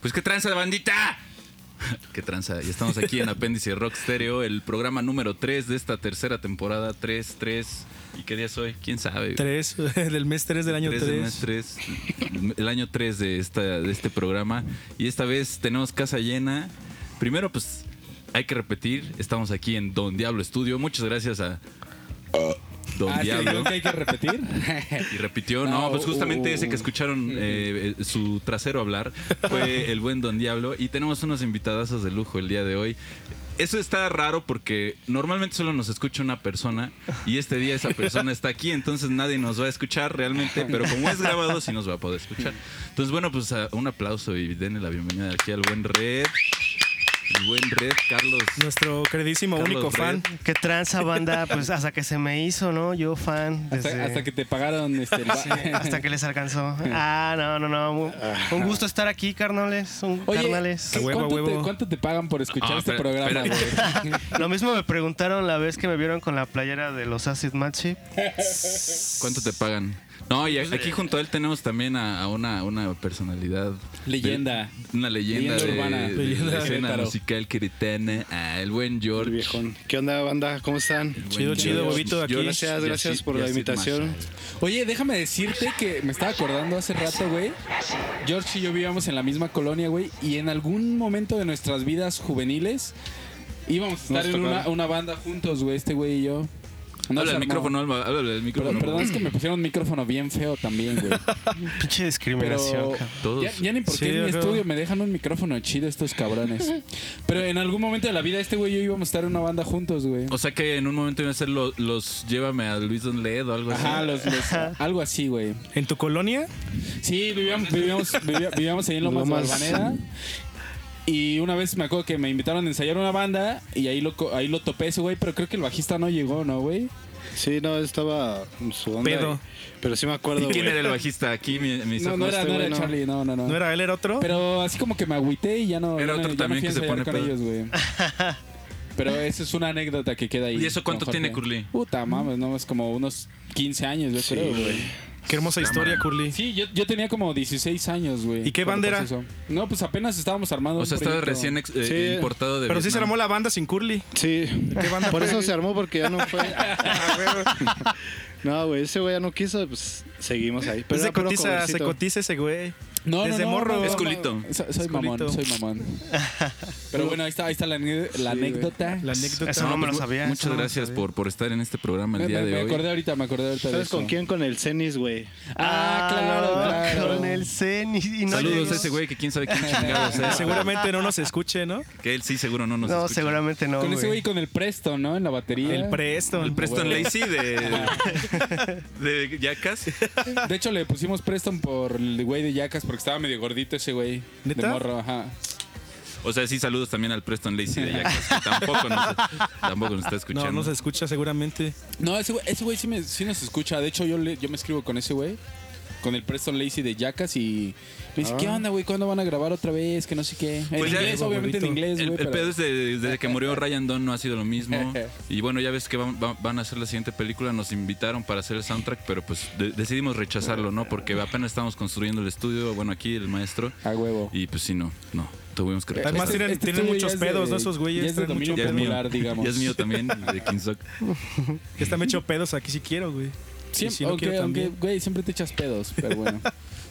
Pues qué tranza de bandita. Qué tranza. Y estamos aquí en Apéndice Rock Stereo, el programa número 3 de esta tercera temporada. 3, 3. ¿Y qué día es hoy? ¿Quién sabe? 3, del mes 3 del año 3. del mes 3. El año 3 de, esta, de este programa. Y esta vez tenemos casa llena. Primero, pues hay que repetir, estamos aquí en Don Diablo Estudio. Muchas gracias a Don Ah, ¿sí Diablo. creo que hay que repetir. Y repitió, no, No, pues justamente uh, ese que escucharon eh, eh, su trasero hablar fue el buen Don Diablo. Y tenemos unos invitadazos de lujo el día de hoy. Eso está raro porque normalmente solo nos escucha una persona y este día esa persona está aquí, entonces nadie nos va a escuchar realmente, pero como es grabado sí nos va a poder escuchar. Entonces bueno, pues a- un aplauso y denle la bienvenida aquí al buen Red, el buen Red Carlos. Nuestro queridísimo Carlos único fan. Qué tranza banda, pues hasta que se me hizo, ¿no? Yo fan. Hasta, desde- hasta que te pagaron este, el ba- hasta que les alcanzó. Ah, no, no, no. Un- Un gusto estar aquí, carnales. un- Oye, carnales. ¿qué- A huevo, ¿cuánto, a huevo. Te, cuánto te pagan por escuchar Ah, este espera, programa, güey? Lo mismo me preguntaron la vez que me vieron con la playera de los Acid Matchy. ¿Cuánto te pagan? No, y a- aquí junto a él tenemos también a, a una, una personalidad. de- Leyenda. una leyenda, Leyenda de- urbana. de, Leyenda la de escena Querétaro. musical queretana. Ah, el buen George. El viejón. ¿Qué onda, banda? ¿Cómo están? El buen Chido, chido, George. huevito, aquí. George Gracias, Yacid- gracias por la Yacid invitación. Mashal. Oye, déjame decirte que me estaba acordando hace rato, güey. George y yo vivíamos en la misma colonia, güey. Y en algún momento de nuestras vidas juveniles íbamos a estar Nos en tocaron. una, una banda juntos, güey, este güey y yo. No Habla se el armó. micrófono, Alma. Habla el Perdón, micrófono. perdón, es que me pusieron un micrófono bien feo también, güey. Pinche discriminación. Pero cabrón. Todos. ya, ya ni porque Sí, en mi ajá. estudio me dejan un micrófono chido estos cabrones. Pero en algún momento de la vida este güey y yo íbamos a estar en una banda juntos, güey. O sea que en un momento iban a ser lo- los Llévame a Luis Don Led o algo así. Ajá, los, los- algo así, güey. ¿En tu colonia? Sí, vivíamos, vivíamos, vivía- vivíamos ahí en Lomas, Lomas. Barbanera. Y una vez me acuerdo que me invitaron a ensayar una banda y ahí lo, co- ahí lo topé ese güey, pero creo que el bajista no llegó, ¿no, güey? Sí, no, estaba en su onda. Pedo. y- pero sí me acuerdo, ¿Y quién güey. era el bajista aquí? Mi, mis No, no ojos? era, este no güey era no. Charlie, no, no, no. ¿No era él, era otro? Pero así como que me agüité y ya no. Era ya no- otro ya no también fui a que se pone ensayar pedo. con ellos, güey. Pero esa es una anécdota que queda ahí. ¿Y eso cuánto con Jorge. tiene, Curly? Puta mames, no, es como unos 15 años, yo Sí, creo, güey. güey. Qué hermosa historia, Curly. Sí, yo, yo tenía como 16 años, güey. ¿Y qué cuando banda era? pasó eso. No, pues apenas estábamos armando. O sea, un estaba proyecto. recién ex- eh, Sí. importado de Pero sí se Vietnam. armó la banda sin Curly. Sí. banda Por fue? eso se armó, porque ya no fue. no, güey, ese güey ya no quiso, pues seguimos ahí. Pero se era puro cotiza, se covercito. cotiza ese güey. No, Desde no, no, morro. no, no, Es no. culito. So- soy Es mamón, culito. soy mamón. Pero bueno, ahí está, ahí está la, ane- la Sí, anécdota. La anécdota. Eso no me lo sabía. eso pues, Muchas no me lo gracias sabía. por, por estar en este programa el Me, día me- de me hoy. acordé ahorita, me acordé ahorita. de ¿Sabes eso. con quién? Con el Cenis, güey. Ah, claro, claro. Con el Zen y, y no Saludos llegó. a ese güey que quién sabe quién chingados es. Seguramente no nos escuche, ¿no? Que él sí seguro no nos No, escucha. seguramente no. Con ese güey güey. y con el Presto, ¿no? En la batería. El Preston. El Preston Bueno. Lacey de, de Jackass. De hecho, le pusimos Preston por el güey de Yacas porque estaba medio gordito ese güey. De ¿Neta? morro, ajá. O sea, sí, saludos también al Preston Lacey de Jackass, que tampoco nos, tampoco nos está escuchando. No, no se escucha seguramente. No, ese güey, ese güey sí, me- sí nos escucha. De hecho, yo, le- yo me escribo con ese güey. Con el Preston Lacey de Yacas y me dice, Ah. ¿qué onda, güey? ¿Cuándo van a grabar otra vez? Que no sé qué. En Pues ya- inglés, obviamente en Bonito. inglés, el, güey. el pero- pedo es de- desde que murió Ryan Dunn no ha sido lo mismo. Y bueno, ya ves que van, van- van a hacer la siguiente película. Nos invitaron para hacer el soundtrack, pero pues de- decidimos rechazarlo, ¿no? Porque apenas estamos construyendo el estudio. Bueno, aquí el maestro. A huevo. Y pues sí, no, no. Tuvimos que Además, rechazarlo. tienen, Este tienen güey ya muchos es de- pedos, ¿no? Esos güeyes. ya es de traen mucho Ya dominio es pedo. mío. popular, digamos. Ya es mío también, de King Sock. Ya está me hecho pedos aquí si quiero, güey. Siem- Y si no aunque- quiero aunque, también. güey, siempre te echas pedos, pero bueno.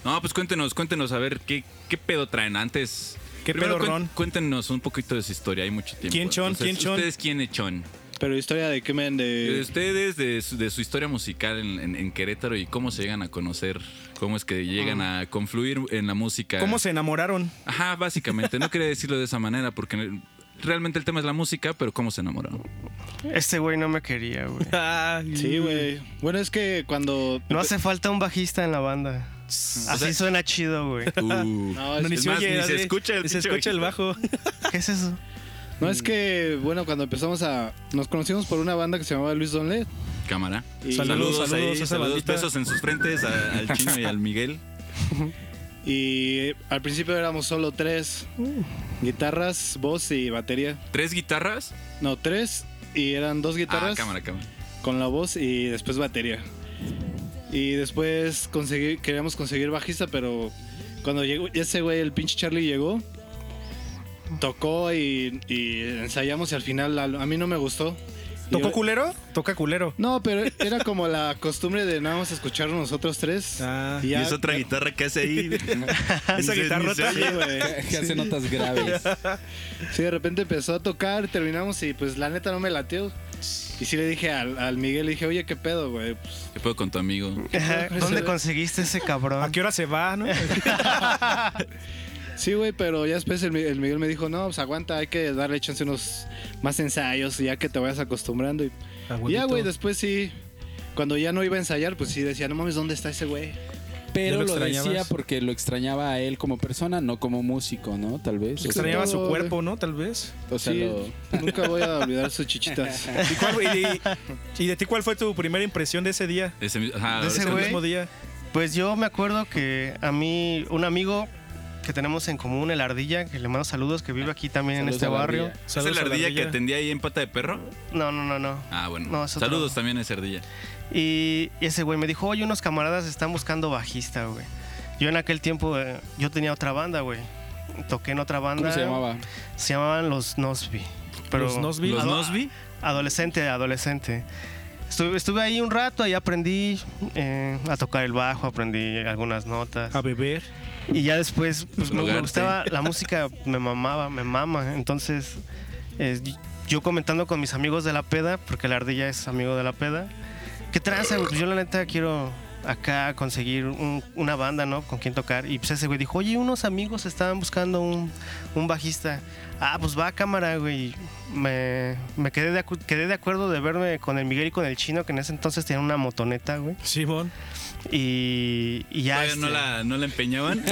No, pues cuéntenos, cuéntenos a ver qué, qué pedo traen antes. ¿Qué Primero, pedo, Ron? Cuéntenos un poquito de su historia, hay mucho tiempo. ¿Quién chon? Entonces, ¿Quién chon? Eh. ¿Ustedes quién es chon? Pero historia de qué men De de. ustedes, de su, de su historia musical en, en- en Querétaro y cómo se llegan a conocer, cómo es que llegan a confluir en la música. Ah. ¿Cómo se enamoraron? Ajá, básicamente, no quería decirlo de esa manera porque realmente el tema es la música, pero cómo se enamoraron. Este güey no me quería, güey. Sí, güey. Bueno, es que cuando. No hace falta un bajista en la banda. Así suena chido, güey. Uh. No, No, es, ni Es se más, oye, ni se así- escucha el se pinche escucha el bajo. ¿Qué es eso? no, es que, bueno, cuando empezamos a. Nos conocimos por una banda que se llamaba Luis Donlet. Cámara. Y- Saludos, saludos a esa bandita. besos en sus frentes a- al chino y al Miguel. Y eh, al principio éramos solo tres. Uh. Guitarras, voz y batería. ¿Tres guitarras? No, tres. Y eran dos Ah, guitarras. cámara, cámara. con la voz y después batería. Y después conseguí, queríamos conseguir bajista, pero cuando llegó ese güey, el pinche Charlie llegó, tocó y, y ensayamos y al final a, a mí no me gustó. Y ¿Tocó yo- culero? Toca culero. No, pero era como la costumbre de nada más escuchar nosotros tres. Ah. ya- Y es otra guitarra que hace ahí. Esa Ni se- ni se guitarrota. Sí, güey. Que hace notas graves. Sí, de repente empezó a tocar, terminamos y pues la neta no me latió. Y sí le dije al, al Miguel, le dije, oye, ¿qué pedo, güey? Pues, ¿Qué puedo con tu amigo? Ajá, ¿Dónde conseguiste ese ¿A cabrón? qué hora se va, no? sí, güey, pero ya después el, Mi- el Miguel me dijo, no, pues aguanta, hay que darle chance unos más ensayos ya que te vayas acostumbrando. Y y ya, güey, después sí, cuando ya no iba a ensayar, pues sí decía, no mames, ¿dónde está ese güey? ¿Ya Pero lo lo, extrañabas? decía porque lo extrañaba a él como persona, no como músico, ¿no? Tal vez. O sea, Extrañaba su todo, cuerpo, ¿no? Tal vez. O sea, Sí, lo- nunca voy a olvidar sus chichitas. ¿Y, cuál- y- y- y de ti cuál fue tu primera impresión de ese día? Ese mi- ajá, De ese ahora sí. El güey. mismo día. Pues yo me acuerdo que a mí, un amigo que tenemos en común, el Ardilla, que le mando saludos, que vive aquí también Saludos en este a la barrio. ardilla. ¿Es el Saludos a la ardilla que ardilla. atendía ahí en pata de perro? No, no, no, no. Ah, bueno. No, es otro. Saludos también a ese ardilla. Y y ese güey me dijo, oye, unos camaradas están buscando bajista, güey. Yo en aquel tiempo, eh, yo tenía otra banda, güey. Toqué en otra banda. ¿Cómo se llamaba? Se llamaban Los Nosby. Pero Los Nosby. ¿Los Ado- Nosby? Adolescente, adolescente. Estuve, estuve ahí un rato, ahí aprendí eh, a tocar el bajo, aprendí algunas notas. A beber. Y ya después pues, me, me Drogarte. gustaba la música, me mamaba, me mama. Entonces, eh, yo comentando con mis amigos de la peda, porque la ardilla es amigo de la peda, ¿qué tranza? güey? Pues yo la neta quiero acá conseguir un- una banda, ¿no? Con quien tocar. Y pues ese güey dijo, oye, unos amigos estaban buscando un, un bajista. Ah, pues va a cámara, güey. Me, me quedé, de, acu- quedé de acuerdo de verme con el Miguel y con el chino, que en ese entonces tenían una motoneta, güey. Simón. Y, y ya... ¿Todavía no este, la, no la empeñaban?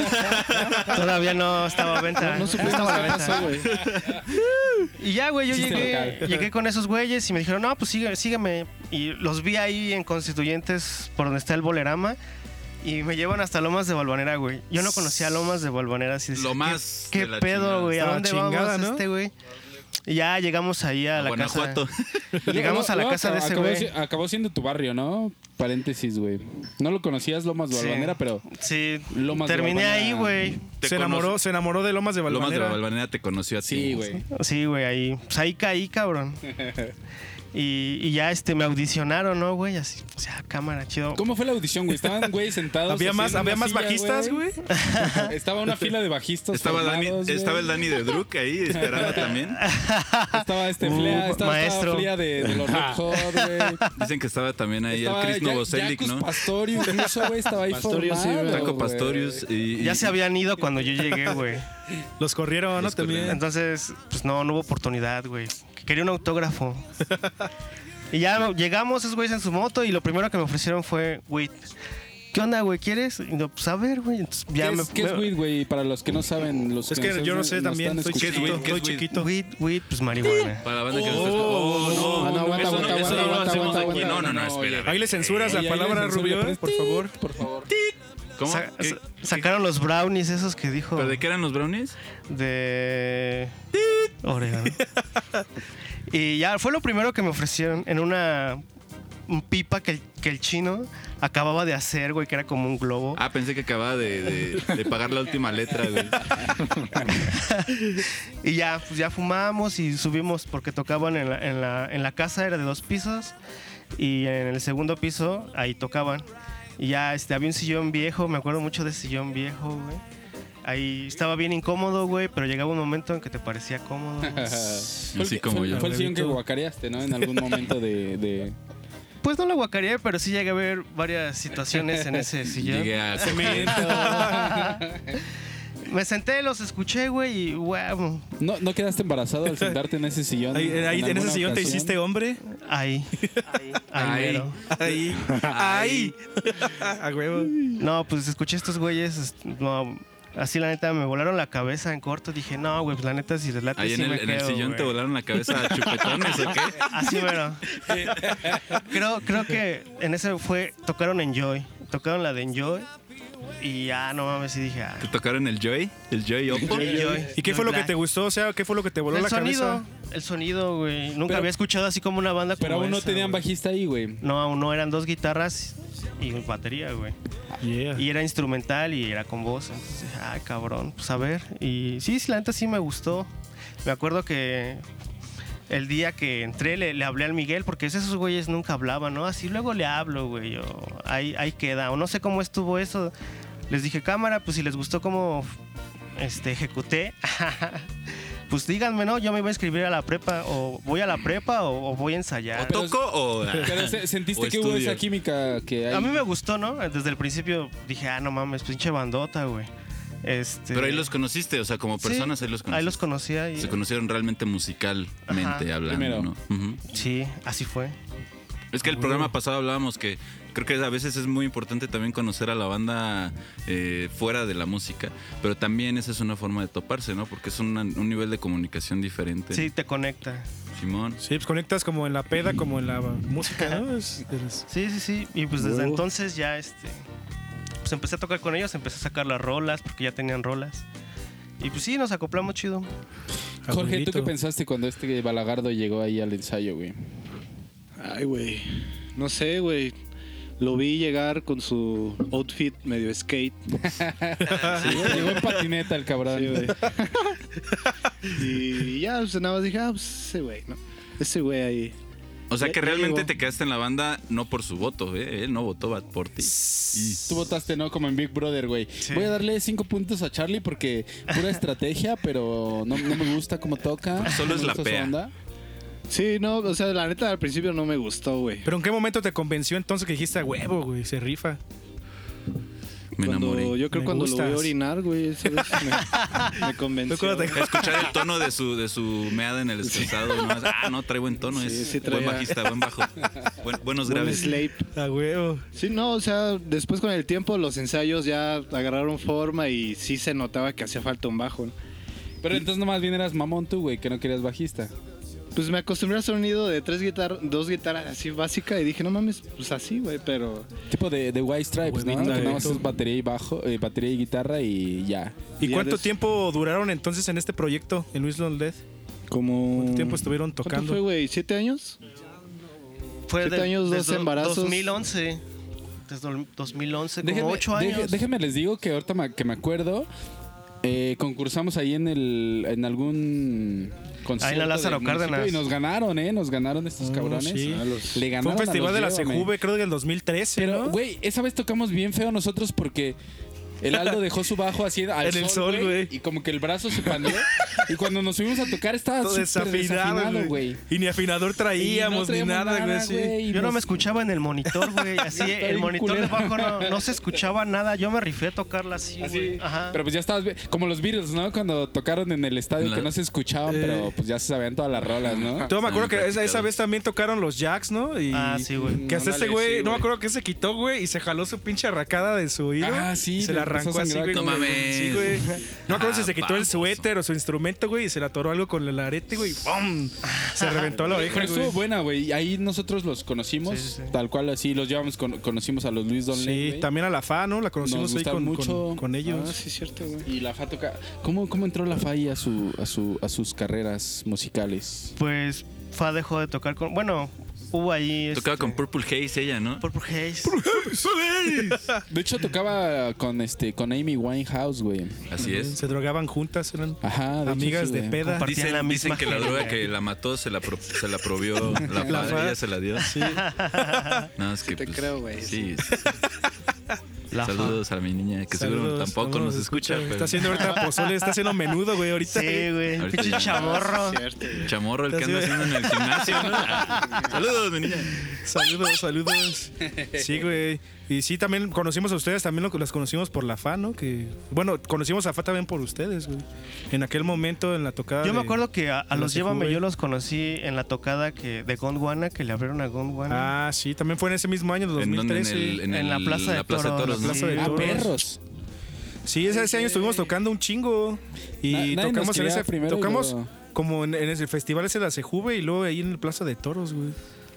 Todavía no estaba a venta. No, no supimos estaba a la qué venta. pasó, güey. Y ya, güey, yo Chiste llegué, local. llegué con esos güeyes y me dijeron, no, pues sigue- sígueme. Y los vi ahí en Constituyentes, por donde está el bolerama. Y me llevan hasta Lomas de Valvanera, güey. Yo no conocía Lomas de Valvanera. Así decía, Lo más ¿Qué, de qué la chingada. pedo, güey? ¿A Estaba dónde chingada, vamos ¿no? este, güey? Y ya llegamos ahí a, A la Guanajuato. casa. Llegamos a la Luego, casa de acabó- ese acabó güey. si- Acabó siendo tu barrio, ¿no? Paréntesis, güey. No lo conocías Lomas Sí. Balvanera, pero Sí, Lomas de terminé Valvanera. ahí, güey. Te Se enamoró, se enamoró de Lomas de conoce- Lomas de Valvanera. Valvanera te conoció a ti. sí, güey. Sí, güey, ahí. Pues ahí caí, cabrón. Y, y ya este, me audicionaron, ¿no, güey? Así, o sea, cámara, chido. ¿Cómo fue la audición, güey? Estaban, güey, sentados. ¿Había así más, en había una más silla, bajistas, güey? Estaba una fila de bajistas. Estaba, Dani- formados, güey. estaba el Dani de Druk ahí esperando también. Estaba este Uh, Flea, estaba, maestro. estaba Flea de, de los Red Hot, güey. Dicen que estaba también ahí Estaba el Chris Ya- Novoselic, Jacus ¿no? Pastorius, incluso, güey, estaba ahí Pastorius, sí, formado, güey. Taco güey. Pastorius y, y- Ya se habían ido cuando yo llegué, güey. Los corrieron, ¿no? Los corrieron. También. Entonces, pues no, no hubo oportunidad, güey. Quería un autógrafo. Y ya llegamos, esos güeyes en su moto, y lo primero que me ofrecieron fue, güey, ¿qué onda, güey? ¿Quieres? Y no, pues a ver, güey. Entonces, ¿Qué, ya es, me, ¿qué es weed, güey? Para los que no saben, los Es nos que están- yo no sé nos también. están Estoy escuchando. chiquito. ¿Qué es Estoy weed? chiquito. Weed, weed, pues marihuana. Para la banda que nos escucha. Oh, Ah, no, aguanta, eso aguanta, eso aguanta, no lo aguanta, hacemos aguanta, aquí. No, no, no, aguanta. espera. Ahí le censuras la Oye, palabra a ahí les enseño, Rubio, pues, ¿eh? por tic, favor. Por favor. ¿Cómo? Sa- ¿Qué- sa- sacaron los brownies esos que dijo. ¿Pero de qué eran los brownies? de Oreo. y ya fue lo primero que me ofrecieron en una un pipa que el, que el chino acababa de hacer, güey, que era como un globo. Ah, pensé que acababa de, de- de pagar la última letra, güey. Y ya, pues ya fumamos y subimos porque tocaban en la, en la- en la casa, era de dos pisos. Y en el segundo piso, ahí tocaban. Y ya este, había un sillón viejo, me acuerdo mucho de ese sillón viejo, güey. Ahí estaba bien incómodo, güey, pero llegaba un momento en que te parecía cómodo. güey. Fue el Así que- como fue, el- yo. Fue el sillón que guacareaste, ¿no? En algún momento de. de... Pues no la guacareé, pero sí llegué a ver varias situaciones en ese sillón. Llegué a comer. Me senté, los escuché, güey, y wow, ¿No, ¿No quedaste embarazado al sentarte en ese sillón? Ahí, ahí en ese alguna sillón te ocasión? hiciste hombre. ahí. Ahí. Ahí. mero. Ahí. Ahí. A huevo. No, pues escuché a estos güeyes, est- no, así la neta me volaron la cabeza en corto, dije, no, güey, pues la neta si relate Ahí en sí el, me en el quedo, sillón güey". te volaron la cabeza a chupetones, ¿o qué? Así mero. creo, creo que en ese fue tocaron Enjoy, tocaron la de Enjoy Y ya, no mames, y dije, ah. ¿Te tocaron el Joy? ¿El Joy Oppo? ¿Y qué fue lo que te gustó? O sea, ¿qué fue lo que te voló el la sonido, cabeza? el sonido, güey. Nunca Pero- había escuchado así como una banda Pero como aún no esa, tenían güey. bajista ahí, güey. No, aún no, eran dos guitarras y batería, güey. Y era instrumental y era con voz. Entonces, ay, cabrón, pues a ver. Y sí, sí, la neta sí me gustó. Me acuerdo que el día que entré le, le hablé al Miguel, porque esos güeyes nunca hablaban, ¿no? Así luego le hablo, güey, o ahí, ahí queda. O no sé cómo estuvo eso. Les dije, cámara, pues si les gustó cómo este, ejecuté, pues díganme, ¿no? Yo me voy a inscribir a la prepa, o voy a la prepa, o, o voy a ensayar. ¿O toco o.? Pero se- sentiste O que hubo estudio. esa química que hay. A mí me gustó, ¿no? Desde el principio dije, ah, no mames, pinche bandota, güey. Este, Pero ahí los conociste, o sea, como Sí, personas ahí los conociste. Ahí los conocía y... Se conocieron realmente musicalmente Ajá, hablando, primero. ¿no? Ujú. Sí, así fue. Es que el programa pasado hablábamos que creo que a veces es muy importante también conocer a la banda eh, fuera de la música, pero también esa es una forma de toparse, ¿no? Porque es una- un nivel de comunicación diferente. Sí, te conecta. Simón. Sí, pues conectas como en la peda, como en la música, ¿no? Es- es- Sí, sí, sí. Y pues desde Oh. Huevo. entonces ya, este... Pues empecé a tocar con ellos, empecé a sacar las rolas, porque ya tenían rolas. Y pues sí, nos acoplamos chido. Jorge, ¿tú abuelito. qué pensaste cuando este Balagardo llegó ahí al ensayo, güey? Ay, güey. No sé, güey. Lo vi llegar con su outfit medio skate. Llegó en patineta el cabrón. Sí, güey. y ya, pues nada más dije, ah, pues ese güey, ¿no? Ese güey ahí. O sea Ya- que ya realmente llegó. te quedaste en la banda no por su voto, ¿eh? Él no votó va- por ti. Tú votaste, ¿no? Como en Big Brother, güey. Sí. Voy a darle cinco puntos a Charlie porque pura estrategia, pero no, no me gusta cómo toca. Solo no es me la gusta su pea. onda. Sí, no, o sea, la neta al principio no me gustó, güey. Pero ¿en qué momento te convenció entonces que dijiste a huevo, güey? Se rifa. Me Cuando- enamoré. Yo creo Me cuando lo gustas. voy a orinar, güey, esa vez me, me convenció. ¿Tú cuándo te- Escuchar el tono de su, de su meada en el descansado. ¿no? Ah, no, trae buen tono. Sí, es sí buen traía- bajista, buen bajo. Buen- buenos Buen graves. Slape. A huevo. Sí, no, o sea, después con el tiempo los ensayos ya agarraron forma y sí se notaba que hacía falta un bajo. ¿no? Pero entonces nomás bien eras mamón tú, güey, que no querías bajista. Pues me acostumbré al sonido de tres guitarras, dos guitarras así básica y dije, no mames, pues así, güey, pero Tipo de, de White Stripes, ¿no? Que Huevito, nada más güey. es batería y bajo, eh, batería y guitarra y ya. ¿Y Ya cuánto des- tiempo duraron entonces en este proyecto, en Luis Long Death? como... ¿Cuánto tiempo estuvieron ¿Cuánto tocando? fue, güey? ¿Siete años? Fue Siete de, años, dos desde embarazos. 2011. Desde do- 2011, como ocho deje- años. déjenme les digo que ahorita me- que me acuerdo, eh, concursamos ahí en el en algún concierto. Ahí en la del Lázaro municipio Cárdenas. Y nos ganaron, ¿eh? Nos ganaron estos Oh, cabrones. sí. Le Fue ganaron un festival a de la los Llévame. CJV, creo del 2013, Pero, ¿no? güey, esa vez tocamos bien feo nosotros porque el Aldo dejó su bajo así al En el sol, güey. Y como que el brazo se pandeó. y cuando nos subimos a tocar estaba Todo súper desafinado, desafinado, güey. güey. Y ni afinador traíamos, Y no ni traíamos nada, güey. sí. güey, Yo no nos- me escuchaba en el monitor, güey. Así, Está el bien monitor culero. de bajo no, no se escuchaba nada. Yo me rifé a tocarla así, Así, güey. Ajá. pero pues ya estabas bien- como los Beatles, ¿no? Cuando tocaron en el estadio La- que no se escuchaban, Eh. pero pues ya se sabían todas las rolas, ¿no? Yo me acuerdo que esa, esa practicados. vez también tocaron los Jacks, ¿no? Y Ah, sí, güey. Que hasta Ándale, ese güey, sí, no me güey. acuerdo que se quitó, güey, y se jaló su pinche arracada de su hilo. Ah, sí, y le Se la empezó a arrancó así, sangrar. güey. No con- mames. Sí, güey. No me acuerdo si se quitó el Ah, suéter o su instrumento, güey, y se le atoró algo con el arete, güey. y Ah, ¡Pum! Se reventó la oreja, Pero güey. estuvo buena, güey. Ahí nosotros los conocimos, Sí, sí, sí. tal cual así, los llevamos, con- conocimos a los Luis Don Lane, Sí, güey. también a la FA, ¿no? La conocimos Nos ahí gustaron con, mucho. con, con ellos. Ah, sí, cierto, güey. Y la FA toca. ¿Cómo, cómo entró la FA ahí a, su, a, su, a sus carreras musicales? Pues Fa dejó de tocar con. Bueno, hubo ahí. Tocaba este, con Purple Haze ella, ¿no? Purple Haze. De hecho, tocaba con este con Amy Winehouse, güey. Así es. Se drogaban juntas, eran Ajá, Ah, de hecho, amigas sí, de güey. peda. Compartían Dicen, la dicen misma que la gema, droga güey. que la mató se la, pro- se la probió la La padre, fa- ella se la dio. Sí. No, es que, pues, te creo, güey. Sí, sí, sí. La Fa. Saludos a mi niña, que seguro Saludos, tampoco no nos escucha. güey. pero- Está haciendo ahorita pozole, está haciendo menudo, güey, ahorita. Sí, güey. Ahorita Pinche ya. chamorro. Cierto, güey. Chamorro, el que Está anda haciendo- haciendo en el gimnasio. ¿no? Ah, Saludos, mi niña. Saludos, saludos. Sí, güey. Y sí, también conocimos a ustedes, también lo- las conocimos por la FA, ¿no? Que, bueno, conocimos a FA también por ustedes, güey. En aquel momento, en la tocada. Yo me de- acuerdo que a, a de los la Llévame CJV. yo los conocí en la tocada que de Gondwana, que le abrieron a Gondwana. Ah, sí, también fue en ese mismo año, ¿En dónde? 2013. En, el- en En la el- Plaza de la Plaza de Toros, Toros, la ¿no? Plaza de Ah, Toros. perros. Sí, ese, ese año estuvimos tocando un chingo. Y Na- nadie nos tocamos en quería ese. primero y Tocamos luego- como en, en ese festival ese de la Sejuve y luego ahí en el Plaza de Toros, güey.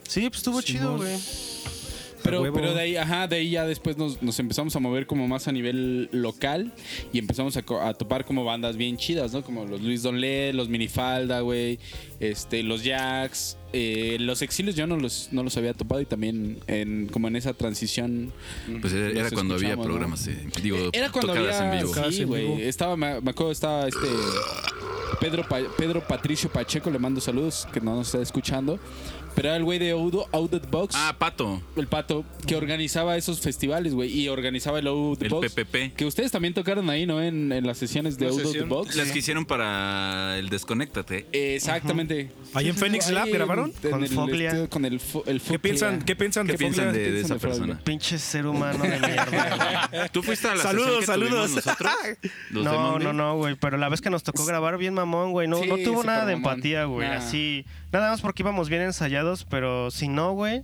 Sí, pues estuvo Simón. chido, güey. A Pero, huevo. pero de ahí, ajá, de ahí ya después nos, nos empezamos a mover como más a nivel local y empezamos a, co- a topar como bandas bien chidas, ¿no? Como los Luis Donlé, los Minifalda, güey, este, los Jacks, eh, los Exilios yo no los, no los había topado y también en, como en esa transición. Pues era, los era cuando había escuchamos, ¿no? programas, eh, digo, Era cuando tocadas había, en vivo. Tocadas sí, en güey, vivo. estaba, me, me acuerdo, estaba este... Pedro, Pa- Pedro Patricio Pacheco, le mando saludos, que no nos está escuchando. Pero era el güey de Oudo, Outdoor Box. Ah, Pato, El pato que organizaba esos festivales, güey, y organizaba el Out the el Box. PPP. Que ustedes también tocaron ahí, ¿no? En, en las sesiones de La Out of the sesión. Box. Las que hicieron para el Desconéctate. Exactamente. ¿Ahí en Phoenix Lab Ahí grabaron? en Con el Foglia. estudio, con el, fo- el ¿Qué Foglia. piensan, ¿Qué piensan ¿Qué de piensan Foglia? de, de esa Piensan de Foglia. persona? Pinche ser humano de mierda. güey. ¿Tú fuiste a la Saludos, sesión que tuvimos saludos. nosotros? ¿Los de No, Monday? no, no, güey. Pero la vez que nos tocó grabar bien mamón, güey. No, Sí, no tuvo súper nada de mamón. empatía, güey. Nah. Así. Nada más porque íbamos bien ensayados, pero si no, güey.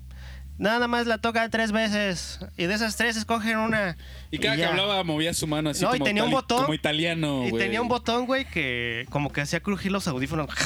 Nada más la toca tres veces. Y de esas tres escogen una. Y cada que ya. hablaba movía su mano así No, y como, tenía un botón. como italiano, Y güey. tenía un botón, güey, que como que hacía crujir los audífonos.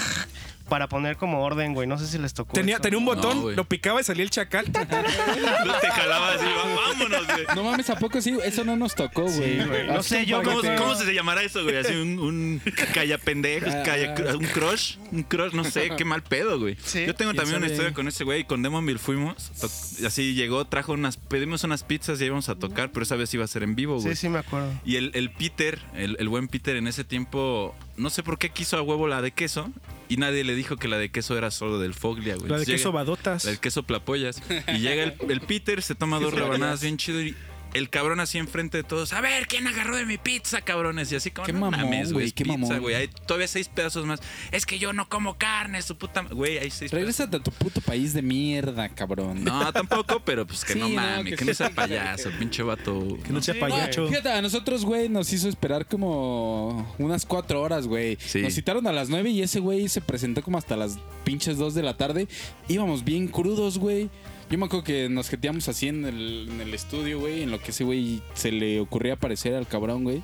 Para poner como orden, güey. No sé si les tocó. Tenía, eso. tenía un botón, No, güey. lo picaba y salía el chacal. ta, ta, ta. Te jalaba así, vámonos, güey. No mames, ¿a poco sí? Eso no nos tocó, güey. güey. No sé, yo ¿Cómo, Porque te- cómo se llamará eso, güey? Así un, un calla pendejos, Ah, calla- un crush, un crush, no sé, qué mal pedo, güey. Sí. Yo tengo ¿Quién también una sabe? historia con ese güey, con Demonville fuimos, to- así llegó, trajo unas, pedimos unas pizzas y íbamos a tocar, pero esa vez iba a ser en vivo, Sí, güey. sí, me acuerdo. Y el, el Peter, el, el buen Peter en ese tiempo, no sé por qué quiso a huevo la de queso y nadie le dijo que la de queso era solo del Foglia, güey. La de Entonces queso llega- badotas. la del queso plapoyas. Y llega el, el Peter, se toma dos rebanadas bien chido y el cabrón así enfrente de todos. A ver, ¿quién agarró de mi pizza, cabrones? Y así como, Qué no mamón, mames, güey, es qué pizza, mamón. güey. Hay todavía seis pedazos más. Es que yo no como carne, su puta... ma-". Güey, hay seis pedazos. Regrésate a tu puto país de mierda, cabrón. No, tampoco, pero pues que Sí, no no, mames, que que, no sí. sea payaso, pinche vato. Que no sea payacho. No, fíjate, a nosotros, güey, nos hizo esperar como unas cuatro horas, güey. Sí. Nos citaron a las nueve y ese güey se presentó como hasta las pinches dos de la tarde. Íbamos bien crudos, güey. Yo me acuerdo que nos jeteamos así en el, en el estudio, güey, en lo que ese güey se le ocurría aparecer al cabrón, güey.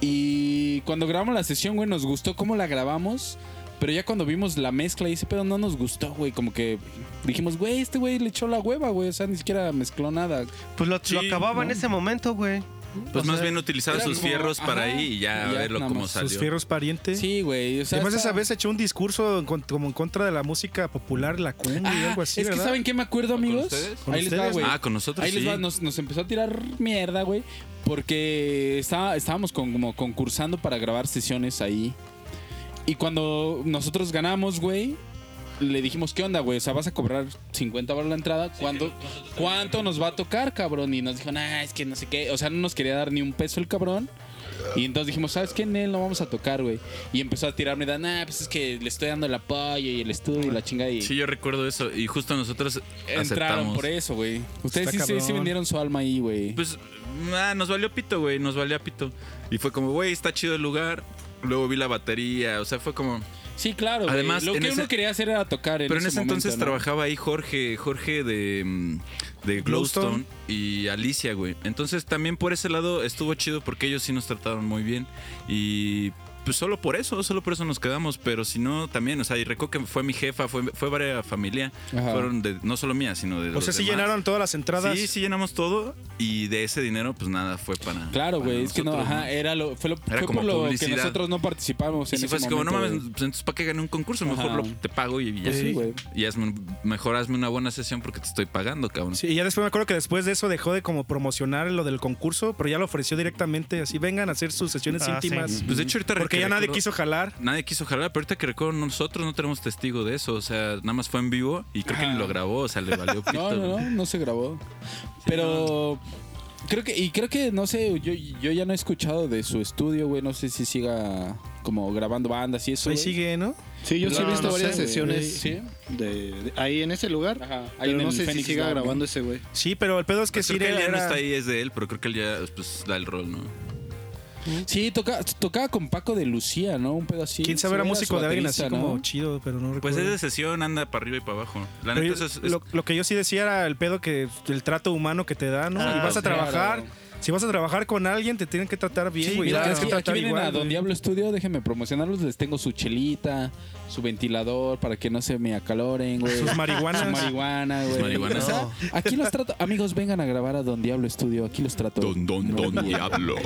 Y cuando grabamos la sesión, güey, nos gustó cómo la grabamos. Pero ya cuando vimos la mezcla y ese pedo no nos gustó, güey. Como que dijimos, güey, este güey le echó la hueva, güey. O sea, ni siquiera mezcló nada. Pues lo, lo Sí, acababa en ese momento, güey. Pues O más sea, bien utilizaba era sus como- fierros para ajá, ahí y ya, y ya, a verlo nada cómo más, salió. Sus fierros parientes. Sí, güey. O sea, Además, está- esa vez echó un discurso en con- como en contra de la música popular, la cumbia y Ah, algo así, es que pues ¿verdad? ¿saben qué me acuerdo, ¿Con amigos? ustedes? ¿Con Ahí les va, ustedes? güey. Ah, con nosotros Ahí sí. les va, nos, nos empezó a tirar mierda, güey. Porque estaba, estábamos con- como concursando para grabar sesiones ahí. Y cuando nosotros ganamos, güey, le dijimos, ¿qué onda, güey? O sea, vas a cobrar 50 baros la entrada. ¿Cuánto, ¿Cuánto nos va a tocar, cabrón? Y nos dijo, nah, es que no sé qué. O sea, no nos quería dar ni un peso el cabrón. Y entonces dijimos, ¿sabes qué? Nel, no vamos a tocar, güey. Y empezó a tirarme, da, nah, pues es que le estoy dando el apoyo y el estudio y la chingada. Y Sí, yo recuerdo eso. Y justo nosotros entraron aceptamos. por eso, güey. Ustedes Está sí, sí, sí cabrón. vendieron su alma ahí, güey. Pues ah, nos valió pito, güey, nos valió pito. Y fue como, güey, está chido el lugar. Luego vi la batería, o sea, fue como... Sí, claro, güey. Además, Lo en que ese- uno quería hacer era tocar en Pero en ese entonces momento, ¿no? trabajaba ahí Jorge, Jorge de, mm, de Glowstone Glowstone. y Alicia, güey. Entonces también por ese lado estuvo chido porque ellos sí nos trataron muy bien. Y pues solo por eso, solo por eso nos quedamos. Pero si no, también, o sea, y Reco que fue mi jefa, fue, fue varias familia. Ajá. Fueron de, no solo mía, sino de... O los sea, sí demás. llenaron todas las entradas. Sí, sí llenamos todo y de ese dinero pues nada fue para... Claro, para güey, es que no, nosotros, ajá, era lo, fue, lo, fue como por lo que publicidad. nosotros no participamos Y en si ese fue así como, no momento, mames, güey. pues entonces ¿para qué gané un concurso? Mejor Ajá. lo- te pago y, y Pues sí, así. güey. y hazme un- mejor hazme una buena sesión porque te estoy pagando, cabrón. Sí, y ya después me acuerdo que después de eso dejó de como promocionar lo del concurso, pero ya lo ofreció directamente, así vengan a hacer sus sesiones Ah, sí. íntimas. Pues de hecho ahorita Porque que ya nadie recuerdo- quiso jalar. Nadie quiso jalar, pero ahorita que recuerdo nosotros no tenemos testigo de eso, o sea, nada más fue en vivo y creo que Ajá. ni lo grabó, o sea, le valió pito. No, no, no, güey. no se grabó. Pero creo que y creo que no sé, yo, yo ya no he escuchado de su estudio, güey, no sé si siga como grabando bandas y eso. Ahí güey. sigue, ¿no? Sí, yo sí he No, visto no sé, varias güey. sesiones Sí. de, de- ahí en ese lugar. Ajá, ahí pero en no el sé si Phoenix siga Lab, ¿no? grabando ese güey. Sí, pero el pedo es que Pues Creo sí que él ya no era- está ahí, es de él, pero creo que él ya pues, da el rol, ¿no? Sí, toca, tocaba con Paco de Lucía, ¿no? Un pedo así. Quién sabe, era su músico de alguien así baterista, como ¿no? chido, pero no Pues recuerdo. es de sesión, anda para arriba y para abajo. La neta, Pero yo- eso es, es- lo, lo que yo sí decía era el pedo que el trato humano que te da, ¿no? Ah, y vas a claro. trabajar, Si vas a trabajar con alguien, te tienen que tratar bien, Sí, güey. mira, Te tienes aquí, que aquí tratar vienen igual, a Don güey. Diablo Studio, déjenme promocionarlos. Les tengo su chelita, su ventilador para que no se me acaloren, güey. Sus marihuanas. Su marihuana, güey. marihuanas. O sea, aquí los trato. Amigos, vengan a grabar a Don Diablo Studio. Aquí los trato. Don, don, don Diablo.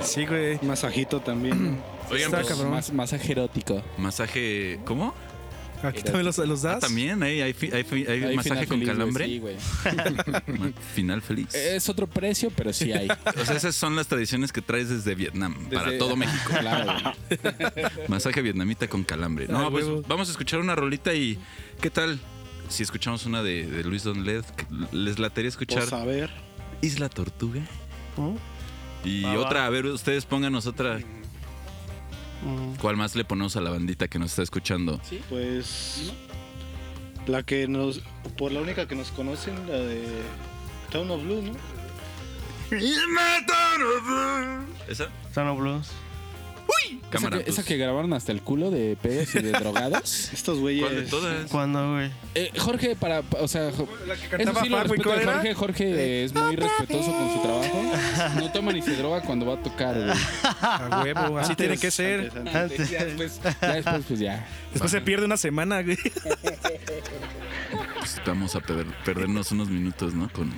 Sí, güey. Masajito también. ¿no? Oigan, Está pues, cabrón. Más, masaje erótico. masaje. ¿Cómo? Aquí también los, los das. Ah, también, ahí hay, fi- hay fi- hay Hay masaje final con feliz, güey, calambre. sí, Eh. güey. Ma- Final feliz. Es otro precio, pero sí hay. O sea, esas son las tradiciones que traes desde Vietnam para Desde- todo México. Claro, güey. Masaje vietnamita con calambre. No, Ah, pues huevo. vamos a escuchar una rolita y ¿qué tal? Si escuchamos una de, de Luis Don Led, que les latería escuchar Por saber. Isla Tortuga. ¿Mm? Y Va, va. otra, a ver, ustedes pónganos otra. Mm. ¿Cuál más le ponemos a la bandita que nos está escuchando? Pues. La que nos. Por la única que nos conocen, la de. Town of Blue, ¿no? ¿Esa? Sano Blues. Cámara. esa, que, pues, esa que grabaron hasta el culo de pedos y de drogados. Estos güeyes. ¿Cuál de todas? ¿Cuándo, güey? Eh, Jorge, para. O sea, jo- La que Eso cantaba sí, lo Fab, güey, respeto ¿cuál de era? Jorge. Jorge es muy respetuoso con su trabajo. No toma ni se droga cuando va a tocar, güey. A huevo, así tiene que ser. Antes, antes. Antes. Ya después, ya después, pues ya. Después se pierde una semana, güey. pues, vamos a perder- perdernos unos minutos, ¿no? Con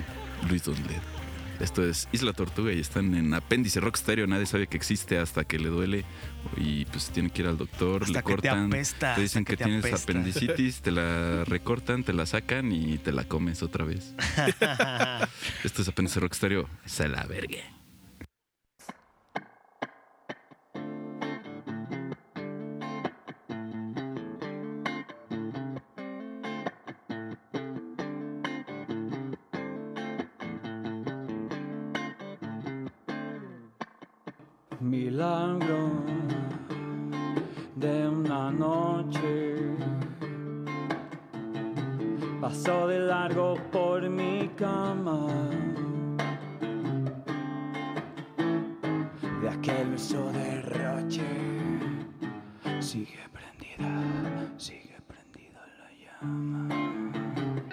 Luis Don Led. Esto es Isla Tortuga y están en apéndice rock stereo. Nadie sabe que existe hasta que le duele y pues tiene que ir al doctor, Hasta le que te cortan. apesta, te dicen hasta que, que te tienes apesta. apendicitis, te la recortan, te la sacan y te la comes otra vez. Esto es apéndice rock stereo. Se la vergue. milagro de una noche. Pasó de largo por mi cama. De aquel uso derroche. Sigue prendida, sigue prendida la llama.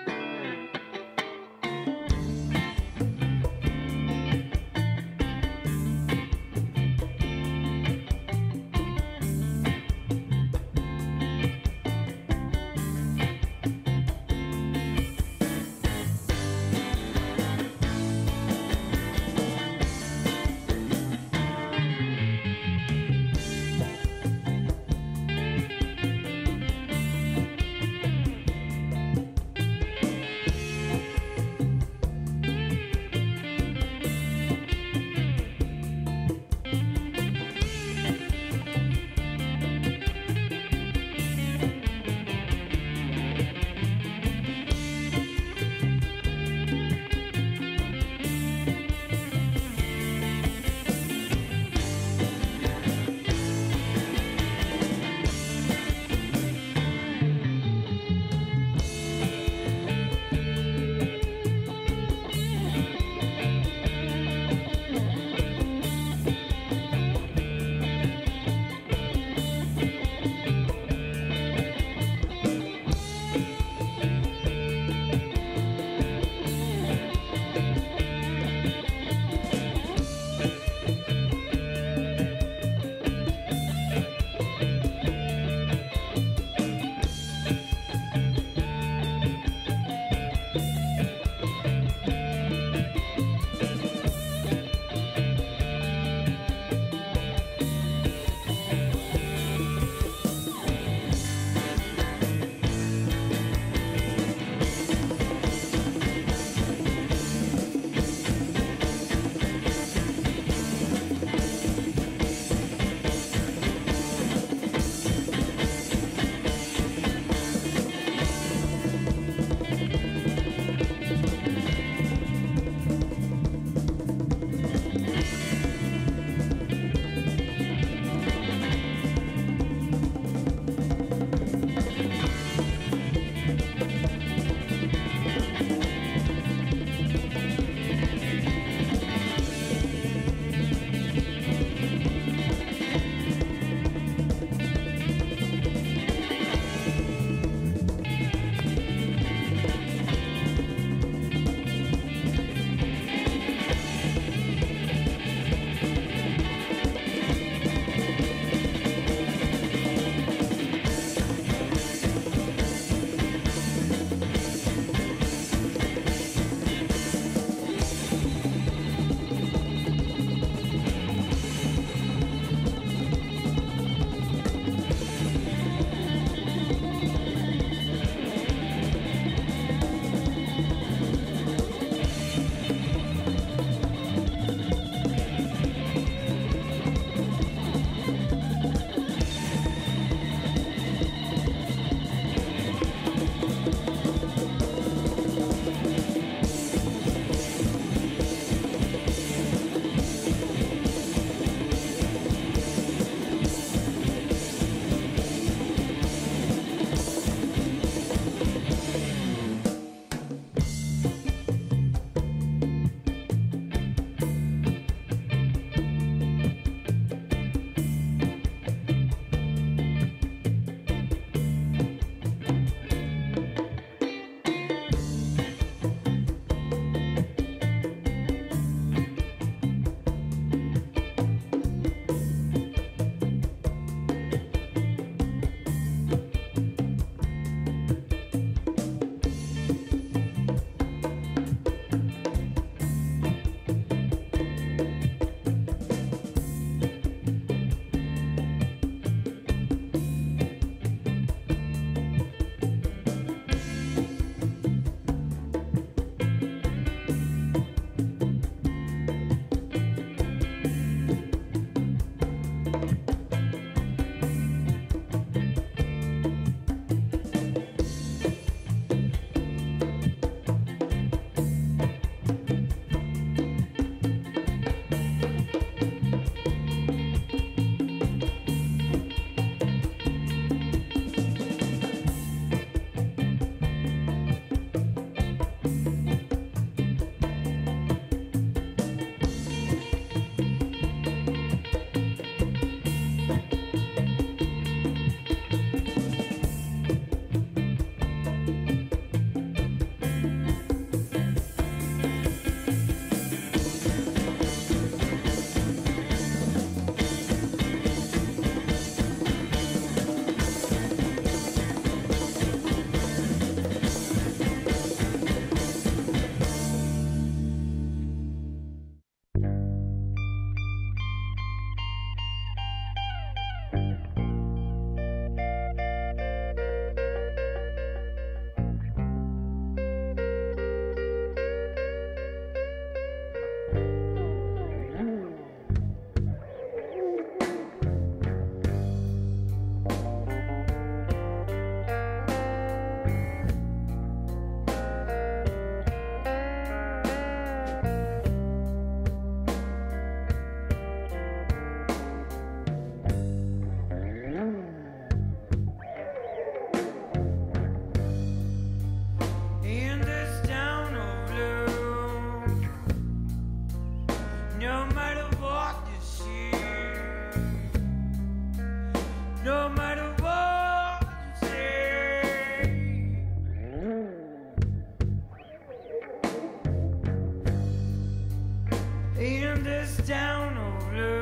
down on blue.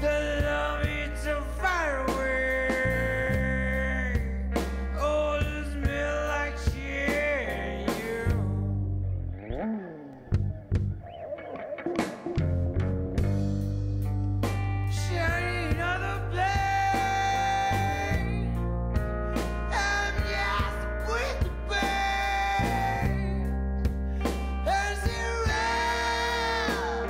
The love is so far away. Oh, it's me like she you. Shining another blade. I'm just with the pain. As you run,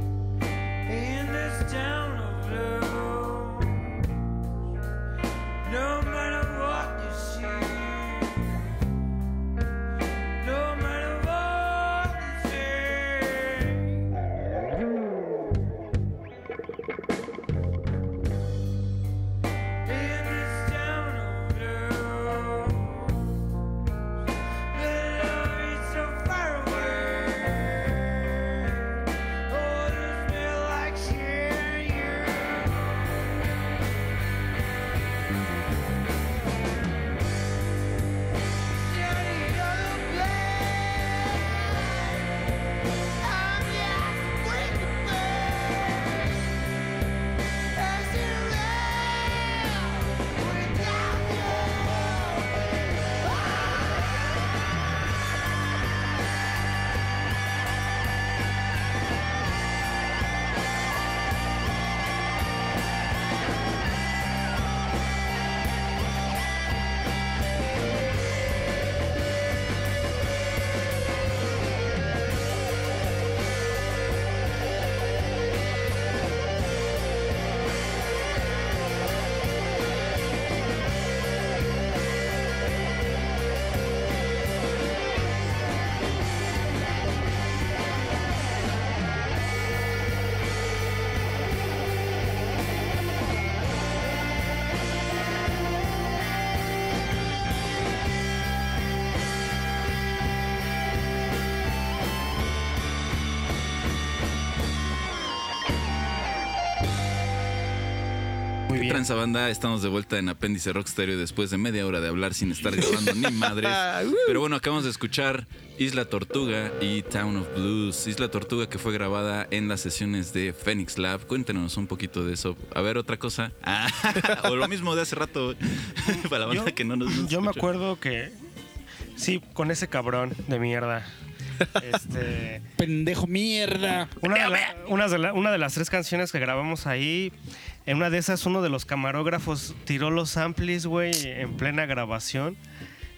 in this town of blue. No matter what you see, no matter what you say, in this town of blue, the love is so far away. Oh, does me like cheer you? Muy ¿Qué bien. transabanda? Estamos de vuelta en Apéndice Rock Stereo después de media hora de hablar sin estar grabando ni madres. Pero bueno, acabamos de escuchar Isla Tortuga y Town of Blues. Isla Tortuga que fue grabada en las sesiones de Phoenix Lab. Cuéntenos un poquito de eso. A ver, otra cosa. Ah, o lo mismo de hace rato. Para la banda Yo- que no nos Yo me escucha. acuerdo que. Sí, con ese cabrón de mierda. Este. Pendejo mierda. Una de, la- una de la- una de las tres canciones que grabamos ahí, en una de esas uno de los camarógrafos tiró los samples, güey, en plena grabación.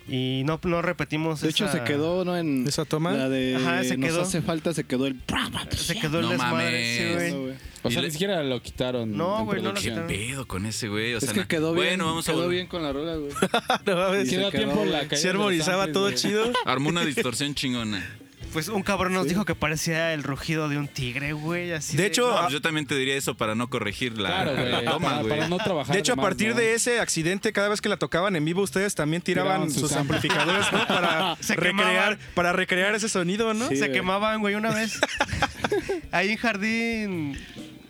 Y no, no repetimos De hecho, esa- se quedó, ¿no? En ¿Esa toma? La de Ajá, se Nos quedó. hace falta, se quedó el... Se quedó el No desmadre, sí, mames. güey. O Y sea, le- ni siquiera lo quitaron. No, en güey, no lo ¿Qué producción. quitaron. pedo con ese güey? O Es sea, que na- quedó bien, Bueno, vamos a quedó volver. bien con la rola, güey. Ah, No Y mames. Sí se da quedó, tiempo la güey. caída Se de los armonizaba Andes, todo güey. chido. Armó una distorsión chingona. Pues un cabrón nos dijo que parecía el rugido de un tigre, güey. Así De hecho, No, Ah. pues yo también te diría eso para no corregir la, Claro, la güey. toma, para, güey. para no trabajar. De hecho, a más, partir ¿no? de ese accidente, cada vez que la tocaban en vivo, ustedes también tiraban Tiraban sus sus amplificadores, ¿no? Para Se recrear, quemaban. para recrear ese sonido, ¿no? Sí, se güey. quemaban, güey, una vez. ahí en jardín.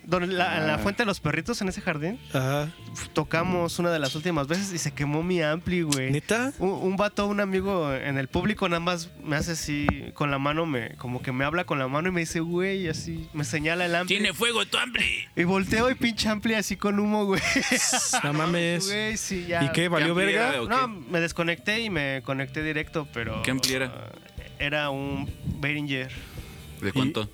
Donde la, Ah. en la fuente de los perritos, en ese jardín, Ajá. tocamos una de las últimas veces y se quemó mi ampli, güey. ¿Neta? Un, un vato, un amigo en el público nada más me hace así con la mano, me, como que me habla con la mano y me dice, güey, así, me señala el ampli. Tiene fuego tu hambre. Y volteo y pinche ampli así con humo, güey. No mames. Güey, sí, ya. ¿Y qué? ¿Valió ¿Qué verga? ampliera o No, qué? me desconecté y me conecté directo, pero... ¿Qué ampli era? Era un Behringer. ¿De cuánto?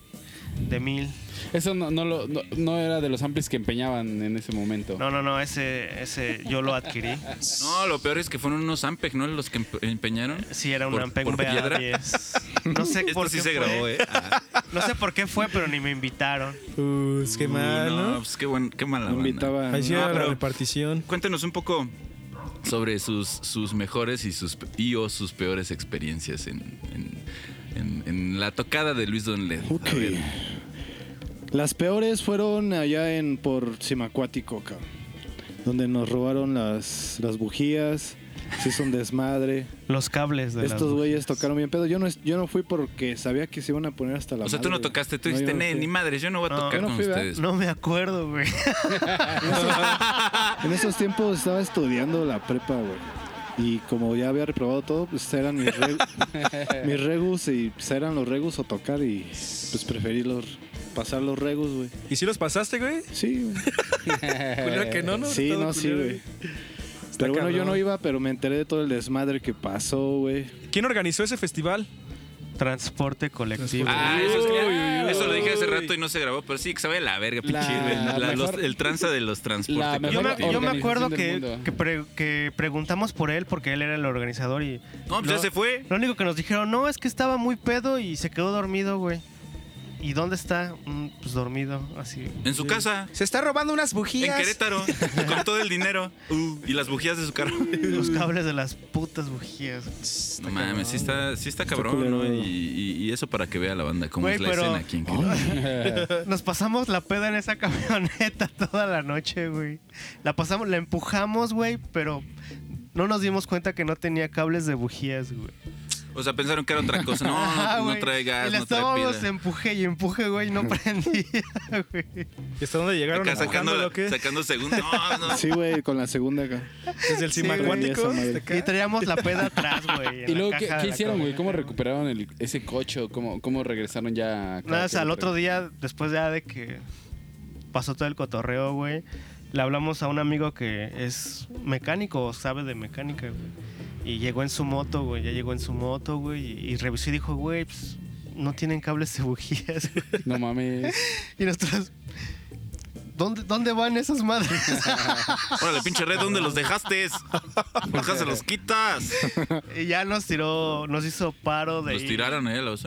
de mil. Eso no, no, lo- no- no era de los amplis que empeñaban en ese momento. No, no, no, ese, ese yo lo adquirí. No, lo peor es que fueron unos Ampeg, ¿no? Los que empe- empeñaron. Sí, era un ¿Por- Ampeg, por un piedra? BA10. No sé Esto por sí qué se fue. grabó, ¿eh? Ah, No sé por qué fue, pero ni me invitaron. Uh, es que uy, mal, no, ¿no? pues qué, buen, qué mala Me banda. invitaban. Ahí sí No, era la pero- repartición. Cuéntenos un poco sobre sus, sus mejores y, sus, y o sus peores experiencias en, en- en- en la tocada de Luis Don Led. A Ok. ver, Las peores fueron allá en por Simacuático, cabrón, donde nos robaron las, las bujías, se hizo un desmadre. Los cables de las Estos güeyes bujías. tocaron bien pedo. Yo no, es- yo no fui porque sabía que se iban a poner hasta la O sea, tú no madre. tocaste, tú No, dijiste, yo no "Nee, fui". ni madres, yo no voy a No, tocar yo no con fui, ¿verdad? ustedes. No me acuerdo, güey. En esos tiempos estaba estudiando la prepa, güey. Y como ya había reprobado todo, pues eran mis, re- mis regus y pues, eran los regus o tocar y pues preferí los, pasar los regus, güey. ¿Y si los pasaste, güey? Sí, güey. Culero que no, ¿no? Sí, Todo no, sí, culero, güey. Pero bueno, yo cabrón. no iba, pero me enteré de todo el desmadre que pasó, güey. ¿Quién organizó ese festival? Transporte colectivo. Ah, eso, es Uy, uy, eso lo dije hace uy. rato y no se grabó, pero sí, que sabe la verga, pinche. La la- la- los- mejor- el tranza de los la transportes. yo, me, mejor yo me acuerdo organización del que, mundo. que, pre- que preguntamos por él porque él era el organizador y No, pues ya se fue. lo único que nos dijeron, no, es que estaba muy pedo y se quedó dormido, güey. ¿Y dónde está? "Mm, pues dormido, así. En su casa. Se está robando unas En bujías. Querétaro, con todo el dinero Uh, y las bujías de su carro. Los cables de las putas bujías. No mames, sí está, sí está cabrón, culero. ¿no? Y, y- y eso para que vea la banda cómo Güey, es la pero- escena aquí en Querétaro. Nos pasamos la peda en esa camioneta toda la noche, güey. La pasamos, la empujamos, güey, pero no nos dimos cuenta que no tenía cables de bujías, güey. O sea, pensaron que era otra cosa. No, Ajá, no, no güey. trae gas, Y le no trae estábamos pila. empuje y empuje, güey, y no prendía, güey. ¿Y hasta dónde llegaron? Acá sacando, ¿Empujándolo la- o qué? sacando segundo. No, no. Sí, güey, con la segunda acá. Desde el Sí, cimacuático. güey, esa madre. hasta acá. Y traíamos la peda atrás, güey. en ¿Y la luego qué, caja de qué la hicieron, güey? ¿Cómo camioneta. recuperaron el- ese coche? ¿Cómo, ¿Cómo regresaron ya? acá? Nada, o sea, al otro día, después ya de que pasó todo el cotorreo, güey, le hablamos a un amigo que es mecánico, o sabe de mecánica, güey. Y llegó en su moto, güey, ya llegó en su moto, güey, y, y revisó y dijo, güey, pues, no tienen cables de bujías, güey. No mames. Y nosotros, ¿dónde, dónde van esas madres? Órale, pinche red, ¿dónde los dejaste? Bajas se los quitas. y ya nos tiró, nos hizo paro de Los ir. tiraron, ¿eh? Los,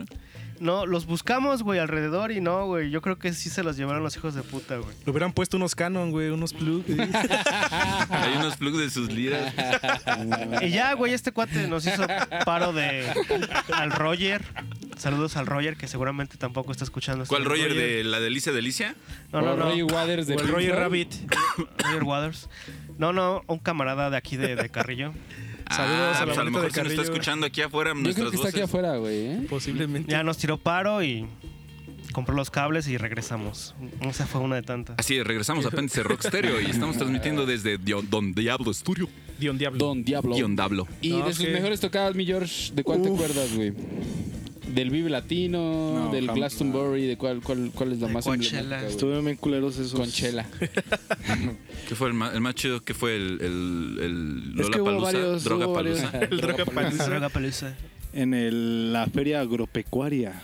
No, los buscamos, güey, alrededor y no, güey. Yo creo que sí se los llevaron los hijos de puta, güey. Le hubieran puesto unos canon, güey, unos plugs. hay unos plugs de sus liras. Y ya, güey, este cuate nos hizo paro de al Roger. Saludos al Roger, que seguramente tampoco está escuchando. esto. ¿Cuál Roger de la delicia delicia? No, no, no. Roger Waters de O el Pink Roger Floyd. Rabbit. Roger Waters. No, no, un camarada de aquí de, de Carrillo. Saludos ah, a la pues lo bandita de mejor si nos Carrillo. está escuchando aquí afuera Yo creo nuestras que está aquí voces. afuera, güey. ¿eh? Posiblemente. Ya nos tiró paro y compró los cables y regresamos. Esa fue una de tantas. Así es, regresamos a Apéndice Rock Stereo y estamos transmitiendo desde Dio- Don Diablo Studio. Dion Diablo. Don Diablo. Guión Dablo. Y No, de es sus que- mejores tocadas, mi George, ¿de cuál te acuerdas, güey? ¿Del Vive Latino? No, ¿Del jam- Glastonbury? ¿De cuál, cuál, cuál es la De más Coachella. emblemática, güey? Estuvieron bien culeros esos. Conchela. ¿Qué fue el más, el más chido? ¿Qué fue el, el, el Es que hubo varios, hubo Droga Palusa. varios. El droga Droga pelusa. En el- la feria agropecuaria.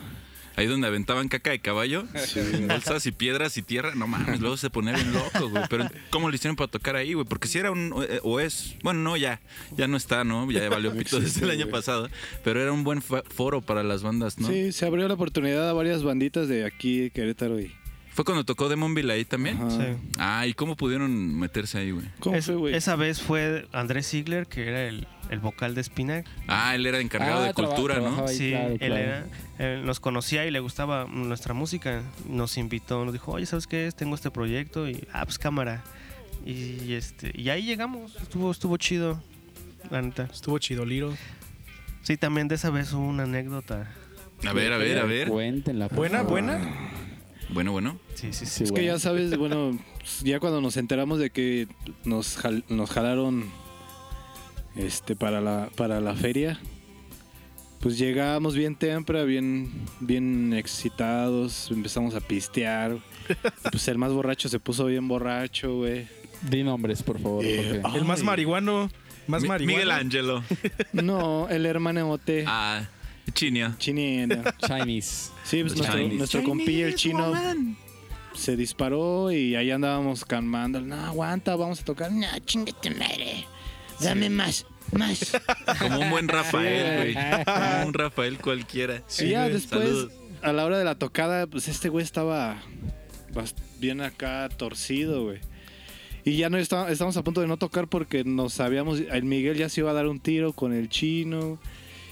Ahí donde aventaban caca de caballo, en bolsas y piedras y tierra. No mames, luego se ponía bien loco, güey. Pero ¿cómo lo hicieron para tocar ahí, güey? Porque si era un. eh, O es. Bueno, no, ya. Ya no está, ¿no? Ya valió pito desde el año pasado. Pero era un buen fa- foro para las bandas, ¿no? Sí, se abrió la oportunidad a varias banditas de aquí de Querétaro y. ¿Fue cuando tocó Demonville ahí también? Ajá. Sí. Ah, ¿y cómo pudieron meterse ahí, güey? ¿Cómo Es- fue, güey? esa vez fue Andrés Ziegler, que era el, el vocal de Spinac. Ah, él era encargado Ah, de traba- cultura, ¿no? trabajaba ahí. Ay, Sí, claro, él claro. era- él nos conocía y le gustaba nuestra música. Nos invitó, nos dijo, oye, ¿sabes qué? es? Tengo este proyecto y, ah, pues cámara. Y, este, y ahí llegamos, estuvo, estuvo chido, la neta. Estuvo chido, Liro. Sí, también de esa vez hubo una anécdota. A ver, a ver, a ver. Cuéntenla. por Buena, favor. buena. Bueno, bueno. Sí, sí, sí. Sí, Es que güey. ya sabes, bueno, pues, ya cuando nos enteramos de que nos, jal- nos jalaron este para la para la feria, pues llegábamos bien temprano, bien bien excitados, empezamos a pistear. Pues el más borracho se puso bien borracho, güey. Di nombres, por favor. Eh, porque- El más Ay. marihuano. Más Mi- marihuano. Miguel Ángelo. No, el hermano Ote. Ah, Chinia. Chini. no. Chinese. Sí, pues Los nuestro, Chinese. nuestro compilla el chino se disparó y ahí andábamos calmando. No, aguanta, vamos a tocar. No, chingate madre. Dame más, más. Como un buen Rafael, güey. Sí. Como un Rafael cualquiera. y ya güey. después, Saludos. a la hora de la tocada, pues este güey estaba bast- bien acá torcido, güey. Y ya no está- estamos a punto de no tocar porque nos sabíamos. El Miguel ya se iba a dar un tiro con el chino.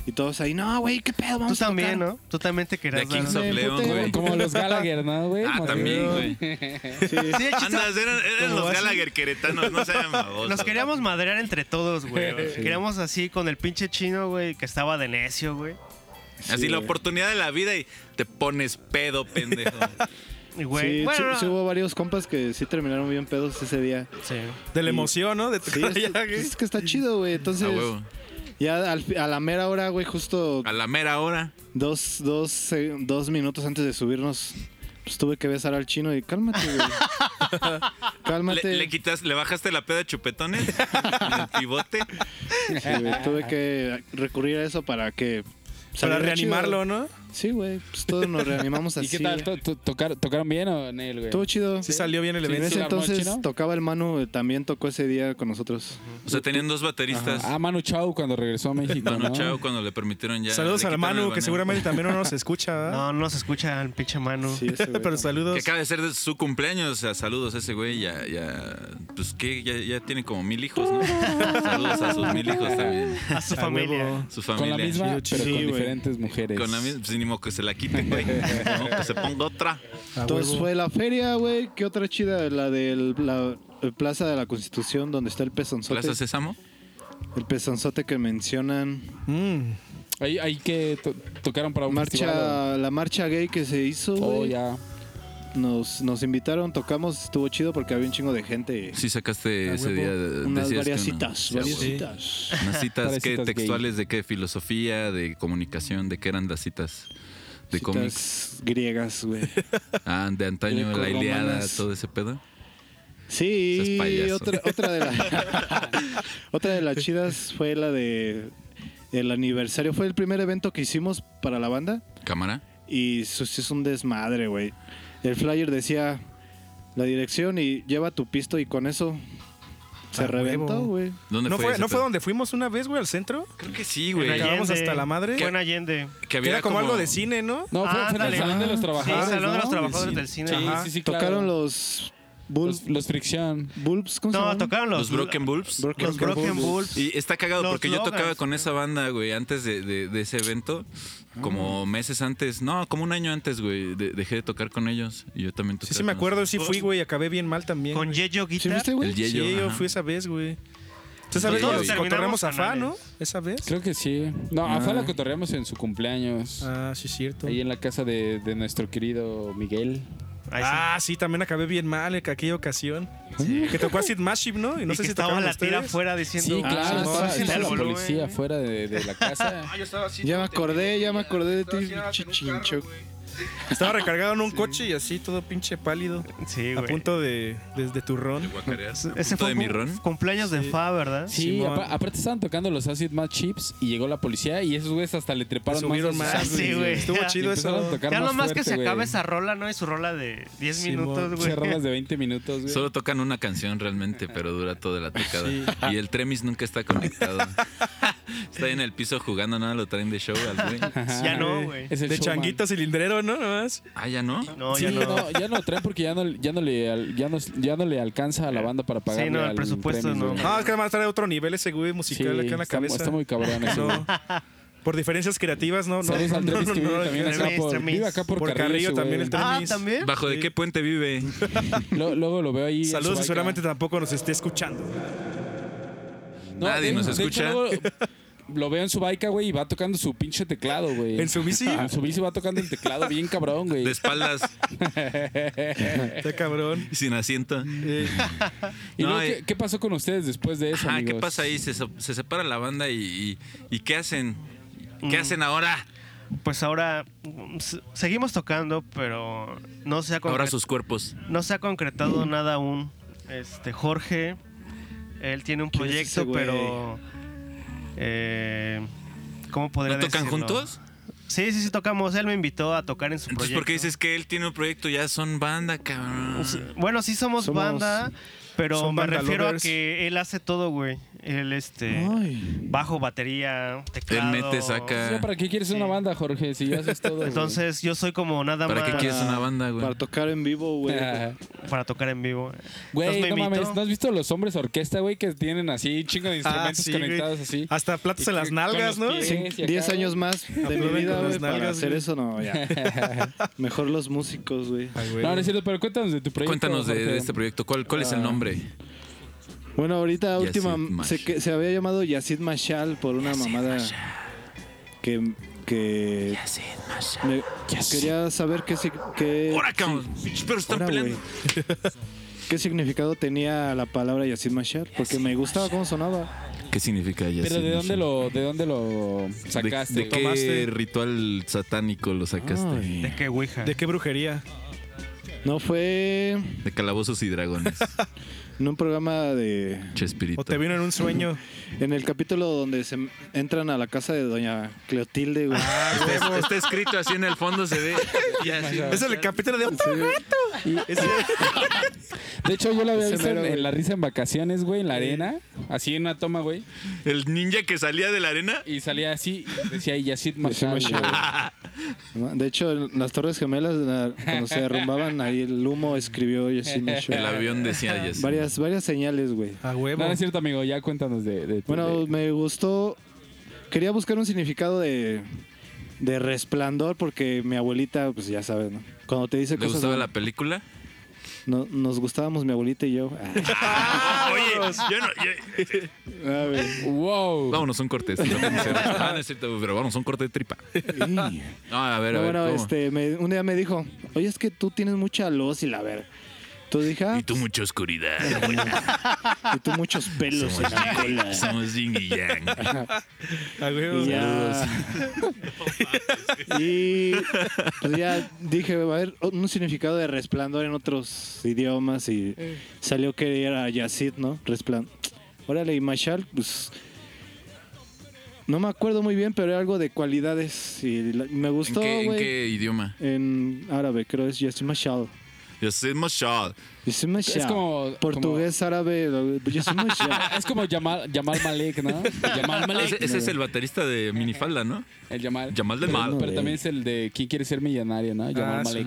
Y todos ahí, no, güey, qué pedo, Tú vamos a también, tocar. ¿no? Tú también te De querías aquí dar. Kings of Sí, Leon, puta, güey. Como los Gallagher, ¿no, güey? Ah, Más también, bien. güey. Sí, el chiste- Andas, eran, eran Como los así. Gallagher queretanos, no sean babosos. Nos queríamos madrear entre todos, güey. Queríamos así con el pinche chino, güey, que estaba de necio, güey. Así Sí, la güey. oportunidad de la vida y te pones pedo, pendejo. Y, güey, sí, sí- bueno, sí hubo varios compas que sí terminaron bien pedos ese día. sí. De la Sí. emoción, ¿no? De Sí, tocar es, allá, pues güey. es que está chido, güey. Entonces, A huevo. Ah. ya al fi- a la mera hora, güey, justo A la mera hora. dos, dos, eh, dos minutos antes de subirnos, pues tuve que besar al chino y cálmate, güey. Le, cálmate. le quitas, le bajaste la peda a chupetones en el pivote. Sí, güey, tuve que recurrir a eso para que. Para saliera reanimarlo, chido. ¿no? Sí, güey. Pues todos nos reanimamos ¿Y así. qué tal? güey. ¿To- to- tocar- ¿Tocaron bien o en él, güey? Estuvo chido. Sí salió bien el en evento. sí ese la armó el entonces chino. tocaba el Manu, eh, también tocó ese día con nosotros. O sea, tenían dos bateristas. Ah, Manu Chao cuando regresó a México, Manu Ah, ¿no? Chao cuando le permitieron ya. Saludos le quitaron al el Manu, que baneo. seguramente también no nos escucha, ¿verdad? No, no se escucha el pinche mano. Sí, ese Pero güey también. Que saludos. acaba de ser de su cumpleaños. O sea, saludos a ese güey. Ya, ya. Pues que ya, ya tiene como mil hijos, ¿no? saludos a sus mil hijos también. A su A familia. huevo. Su Con familia. la misma, Chido, chido. pero Sí, con güey. diferentes mujeres. Con la misma. Pues, ni modo que se la quiten, güey. No, que se ponga otra. A Entonces huevo. fue la feria, güey. ¿Qué otra chida? La de la, eh, Plaza de la Constitución, donde está el pezonzote. ¿Plaza Sésamo? El pezonzote que mencionan. Mm. Ahí, ahí que to- tocaron para un festival, Marcha, la marcha gay que se hizo, o- Oh, güey. ya. nos, nos invitaron, tocamos, estuvo chido porque había un chingo de gente. Sí, sacaste A ese huevo. día. de- decías Unas que varias una- citas, Sí, a varias huevo. citas. Unas citas Varias que citas gay. textuales de qué filosofía, de comunicación, de qué eran las citas de Citas cómics, griegas, güey. ah, de antaño, la grecorromanas. Iliada, todo ese pedo. Seas Sí, payaso. otra, otra de la- otra de las chidas fue la de el aniversario. Fue el primer evento que hicimos para la banda. Cámara. Y eso sí es un desmadre, güey. El flyer decía la dirección y lleva tu pisto y con eso se A reventó, huevo. güey. ¿Dónde ¿No fue? fue, ese no fue pedo? donde fuimos una vez, güey, al centro? Creo que sí, En güey. Allá. Acabamos Allende. hasta la madre. Fue en Allende. Que Que había era como, algo de cine, ¿no? No, fue, fue en el Ándale. Salón de los Trabajadores. Ah, Sí, Salón de ¿no? los Trabajadores del Cine. Sí, Ajá. sí, sí, claro. Tocaron los los, Bulbs. los Friction. Bulbs, ¿cómo se No, llaman? tocaron los, Los Broken Bulbs. Broken los Broken Bulbs. Y está cagado Los porque yo Loggers, tocaba con güey. esa banda, güey, antes de, de- de ese evento, Ah. como meses antes, no, como un año antes, güey, de- dejé de tocar con ellos y yo también tocaba. Sí, sí, me con- acuerdo, sí fui, güey, y acabé bien mal también. Con güey. Yeyo ¿Sí Guitar. viste, güey? El Yeyo. Sí, yo ajá. fui esa vez, güey. Yeyo, Entonces, ¿sabes güey. todos Terminamos cotorramos a Fa, no? canales. ¿Esa vez? Creo que sí. No, a Ah. Fa la cotorreamos en su cumpleaños. Ah, sí, es cierto. Ahí en la casa de, de nuestro querido Miguel. Ahí sí. Ah, sí, también acabé bien mal en aquella ocasión. Uh. Sí. Que tocó a Sid Mashib, ¿no? Y no y sé que si estaba tocaron la ustedes. tira afuera diciendo. Sí, claro, "Ah, no, estaba, sí, estaba sí, la sí, policía güey". afuera de, de la casa. Ya me acordé, ya me acordé de ti, chichincho. Estaba recargado en un coche y así todo pinche pálido. Sí, A güey. punto de, desde turrón. Guacareas, a Ese punto fue de cum- mi ron. cumpleaños de Fa, ¿verdad? Sí, Simón. apa- aparte estaban tocando los Acid Mad Chips y llegó la policía y esos güeyes hasta le treparon Subieron más. a más, sus Pues sí, güey. acid, güey. Estuvo Ya. Y chido empezaron a eso. tocar Ya más nomás que fuerte, se acabe güey. esa rola, ¿no? Y su rola de 10 Simón. minutos, Pinche rolas güey. de 20 minutos, güey. Solo tocan una canción realmente, pero dura toda la tocada. Sí. Y el Tremis nunca está conectado. está en el piso jugando, nada, lo traen de show al güey. Ajá. Ya no, güey. Es el De showman. changuito cilindrero, ¿no? Nomás. Ah, ya no. No, Sí, ya no. no. ya no lo traen porque ya no, ya no le al- ya no, ya no le alcanza a la banda para pagar. no, el presupuesto no. No, es que además trae otro nivel ese güey musical acá en la está, cabeza. está muy cabrón eso. No. Por diferencias creativas, no, no. Saludos al no, Trevis no, que vive no, también no, acá Trevis, por, Trevis. vive acá por, Por Carrillo, Carrillo ese también güey. el Ah, Tremis. también. ¿Bajo de qué puente vive? Lo- luego lo veo ahí. en su Saludos, bike. y seguramente tampoco nos esté escuchando. No, Nadie de- nos de hecho, escucha. luego lo veo en su baica, güey, y va tocando su pinche teclado, güey. ¿En su bici? En su bici va tocando el teclado bien cabrón, güey. De espaldas Está cabrón. y sin asiento. Eh, ¿Y luego No, eh. ¿qué, qué pasó con ustedes después de eso, Ajá, ¿qué amigos? pasa ahí? Se, so- se separa la banda y, y- y ¿qué hacen? ¿Qué hacen ahora? Pues ahora mm, s- seguimos tocando, pero no se ha Ahora concre- sus cuerpos. no se ha concretado nada aún. Este Jorge, él tiene un ¿Quién es ese proyecto, güey? pero eh, ¿cómo podría ¿No tocan decirlo? juntos? Sí, sí, sí tocamos. Él me invitó a tocar en su Entonces, proyecto. Mm, ¿por qué "Mm, dices que él tiene un proyecto? Ya son banda, cabrón. Bueno, sí somos, Somos- banda, pero son me banda refiero lovers. a que él hace todo, güey. Él, este, bajo, batería, él teclado. mete, Entonces, ¿ya saca. ¿Para qué quieres una banda, Jorge? Si ya haces todo. güey? Entonces, yo soy como nada ¿Para más qué quieres una banda, güey? Para tocar en vivo, güey. Ah, para tocar en vivo. Entonces, Güey, me no invitó. mames, ¿no has visto los hombres orquesta, güey, que tienen así un chingo de Ah, instrumentos sí, güey. conectados así? Hasta platos en las nalgas, ¿no? pies. Sí. Sí, sí, acá, 10 güey. años más de mi Aplauden con vida, las güey, para nalgas, hacer güey. eso, no, ya. Mejor los músicos, güey. Ay, güey. No, no es cierto, pero cuéntanos de tu proyecto. Cuéntanos de, Jorge. de este proyecto. ¿Cuál, cuál es el nombre? Bueno, ahorita Yacid última Mashal. se, que- se había llamado Yacid Mashal por una mamada que que me- quería saber qué sig- qué, ¡Hora, cabrón! Pinches perros están eh, Ahora, peleando. güey, qué significado tenía la palabra Yacid Mashal porque me gustaba cómo sonaba. ¿Qué significa ya? Pero ¿de dónde lo, de dónde lo sacaste? ¿De, de güey? qué Tomaste. ritual satánico lo sacaste? ¿De qué Ouija? ¿De qué brujería? No fue De calabozos y dragones. en un programa de Chespirito. ¿O te vino en un sueño? en el capítulo donde se entran a la casa de doña Cleotilde, güey. Ah. Está, está escrito así en el fondo, se ve. Yacid Ah, es el capítulo de... De hecho, yo la había Ese visto en, mero, güey. en La Risa en Vacaciones, güey, en la arena. Así en una toma, güey. El ninja que salía de la arena. Y salía así, decía y Yacid Yacid Mashal. Mashal. güey. No, De hecho, en las Torres Gemelas, la- cuando se derrumbaban, ahí el humo escribió Yacid Mashal. El avión decía Yacid. Varias, varias señales, güey. A huevo. No, no es cierto, amigo, ya cuéntanos de, de Eh, tu- Bueno, de- me gustó. Quería buscar un significado de, de resplandor porque mi abuelita, pues ya sabes, ¿no? Cuando te dice ¿Le cosas. gustaba la película? no- nos gustábamos mi abuelita y yo. Ah, Oye, yo no. yo- a ver. Wow. Vámonos, un corte. Ah, no es cierto, pero vámonos, un corte de tripa. No, a ver, No, a ver. bueno, ¿cómo? este, me- un día me dijo, oye, es que tú tienes mucha luz y la ver. Entonces dije, ah, Y tú, mucha oscuridad. güey. y tú muchos pelos Somos, en la cola. somos yin y yang. A huevo. Y ya. y pues ya dije, va a haber un significado de resplandor en otros idiomas y Eh. salió que era Yacid, ¿no? Resplandor. Órale, y Mashal, pues. No me acuerdo muy bien, pero era algo de cualidades y la- me ¿En gustó, qué, en güey. qué idioma? En árabe, creo es Yacid Mashal. Yacid Mashal. Yacid Mashal. como- Portugués, árabe, Yacid Mashal. Es como Yamal, Yamal Malek, ¿no? Yamal Malek. Ese, ese es el baterista de Minifalda, ¿no? El Yamal. Yamal del Mal. Pero también es el de ¿Quién quiere ser millonario, no? Yamal Ah, sí,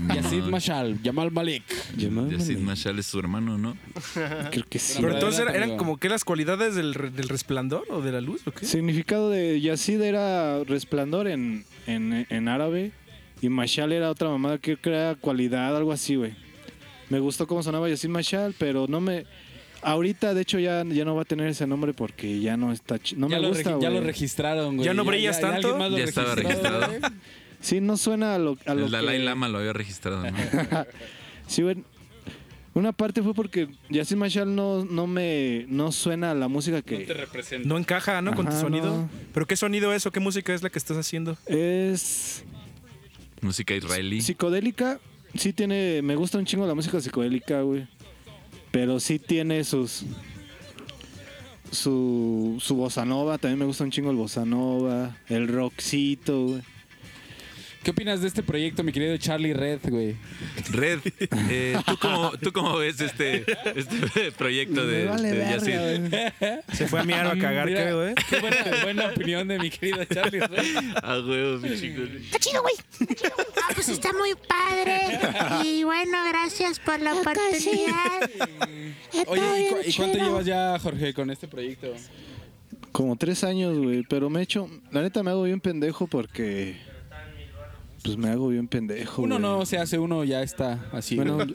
Malek. Yacid Mashal, Yamal Malek. Yacid Mashal es su hermano, ¿no? Creo que sí. Pero entonces era- Amigo. eran como que las cualidades del, re- del resplandor o de la luz, ¿o qué? Significado de Yacid era resplandor en, en, en árabe y Mashal era otra mamada que crea cualidad, algo así, güey. Me gustó cómo sonaba Yacid Mashal, pero no me... Ahorita, de hecho, ya, ya no va a tener ese nombre porque ya no está... chi- No ya, me lo gusta, regi- ya güey. lo registraron, güey. ¿Ya no brillas tanto? alguien más lo Ya estaba registró, registrado. güey. Sí, no suena a lo, a lo El Dalai que- Lama lo había registrado, ¿no? Sí, güey. Una parte fue porque Yacid Mashal no, no me... No suena a la música que... No encaja, ¿no? Con tu Ajá, sonido. no. ¿Pero qué sonido es o qué música es la que estás haciendo? Es... Música israelí. Psicodélica, sí tiene. Me gusta un chingo la música psicodélica, güey. Pero sí tiene sus. Su, su bossa nova, también me gusta un chingo el bossa nova, el rockcito, güey. ¿Qué opinas de este proyecto, mi querido Charlie Red, güey? Red, eh, ¿tú, cómo, ¿tú cómo ves este, este proyecto de, Me vale de verga, Yacid? güey. Se fue a miar o a cagar, Mira, creo, ¿eh? Qué buena, buena opinión de mi querido Charlie Red. A huevo, mi chico. Está chido, güey. Está chido. Ah, pues está muy padre. Y bueno, gracias por la oportunidad. Está Oye, ¿y, cu- bien y cuánto chido. llevas ya, Jorge, con este proyecto? Como tres años, güey, pero me he hecho. La neta me hago bien pendejo porque. Pues me hago bien pendejo. Uno güey. no se hace, uno ya está así. Bueno, güey.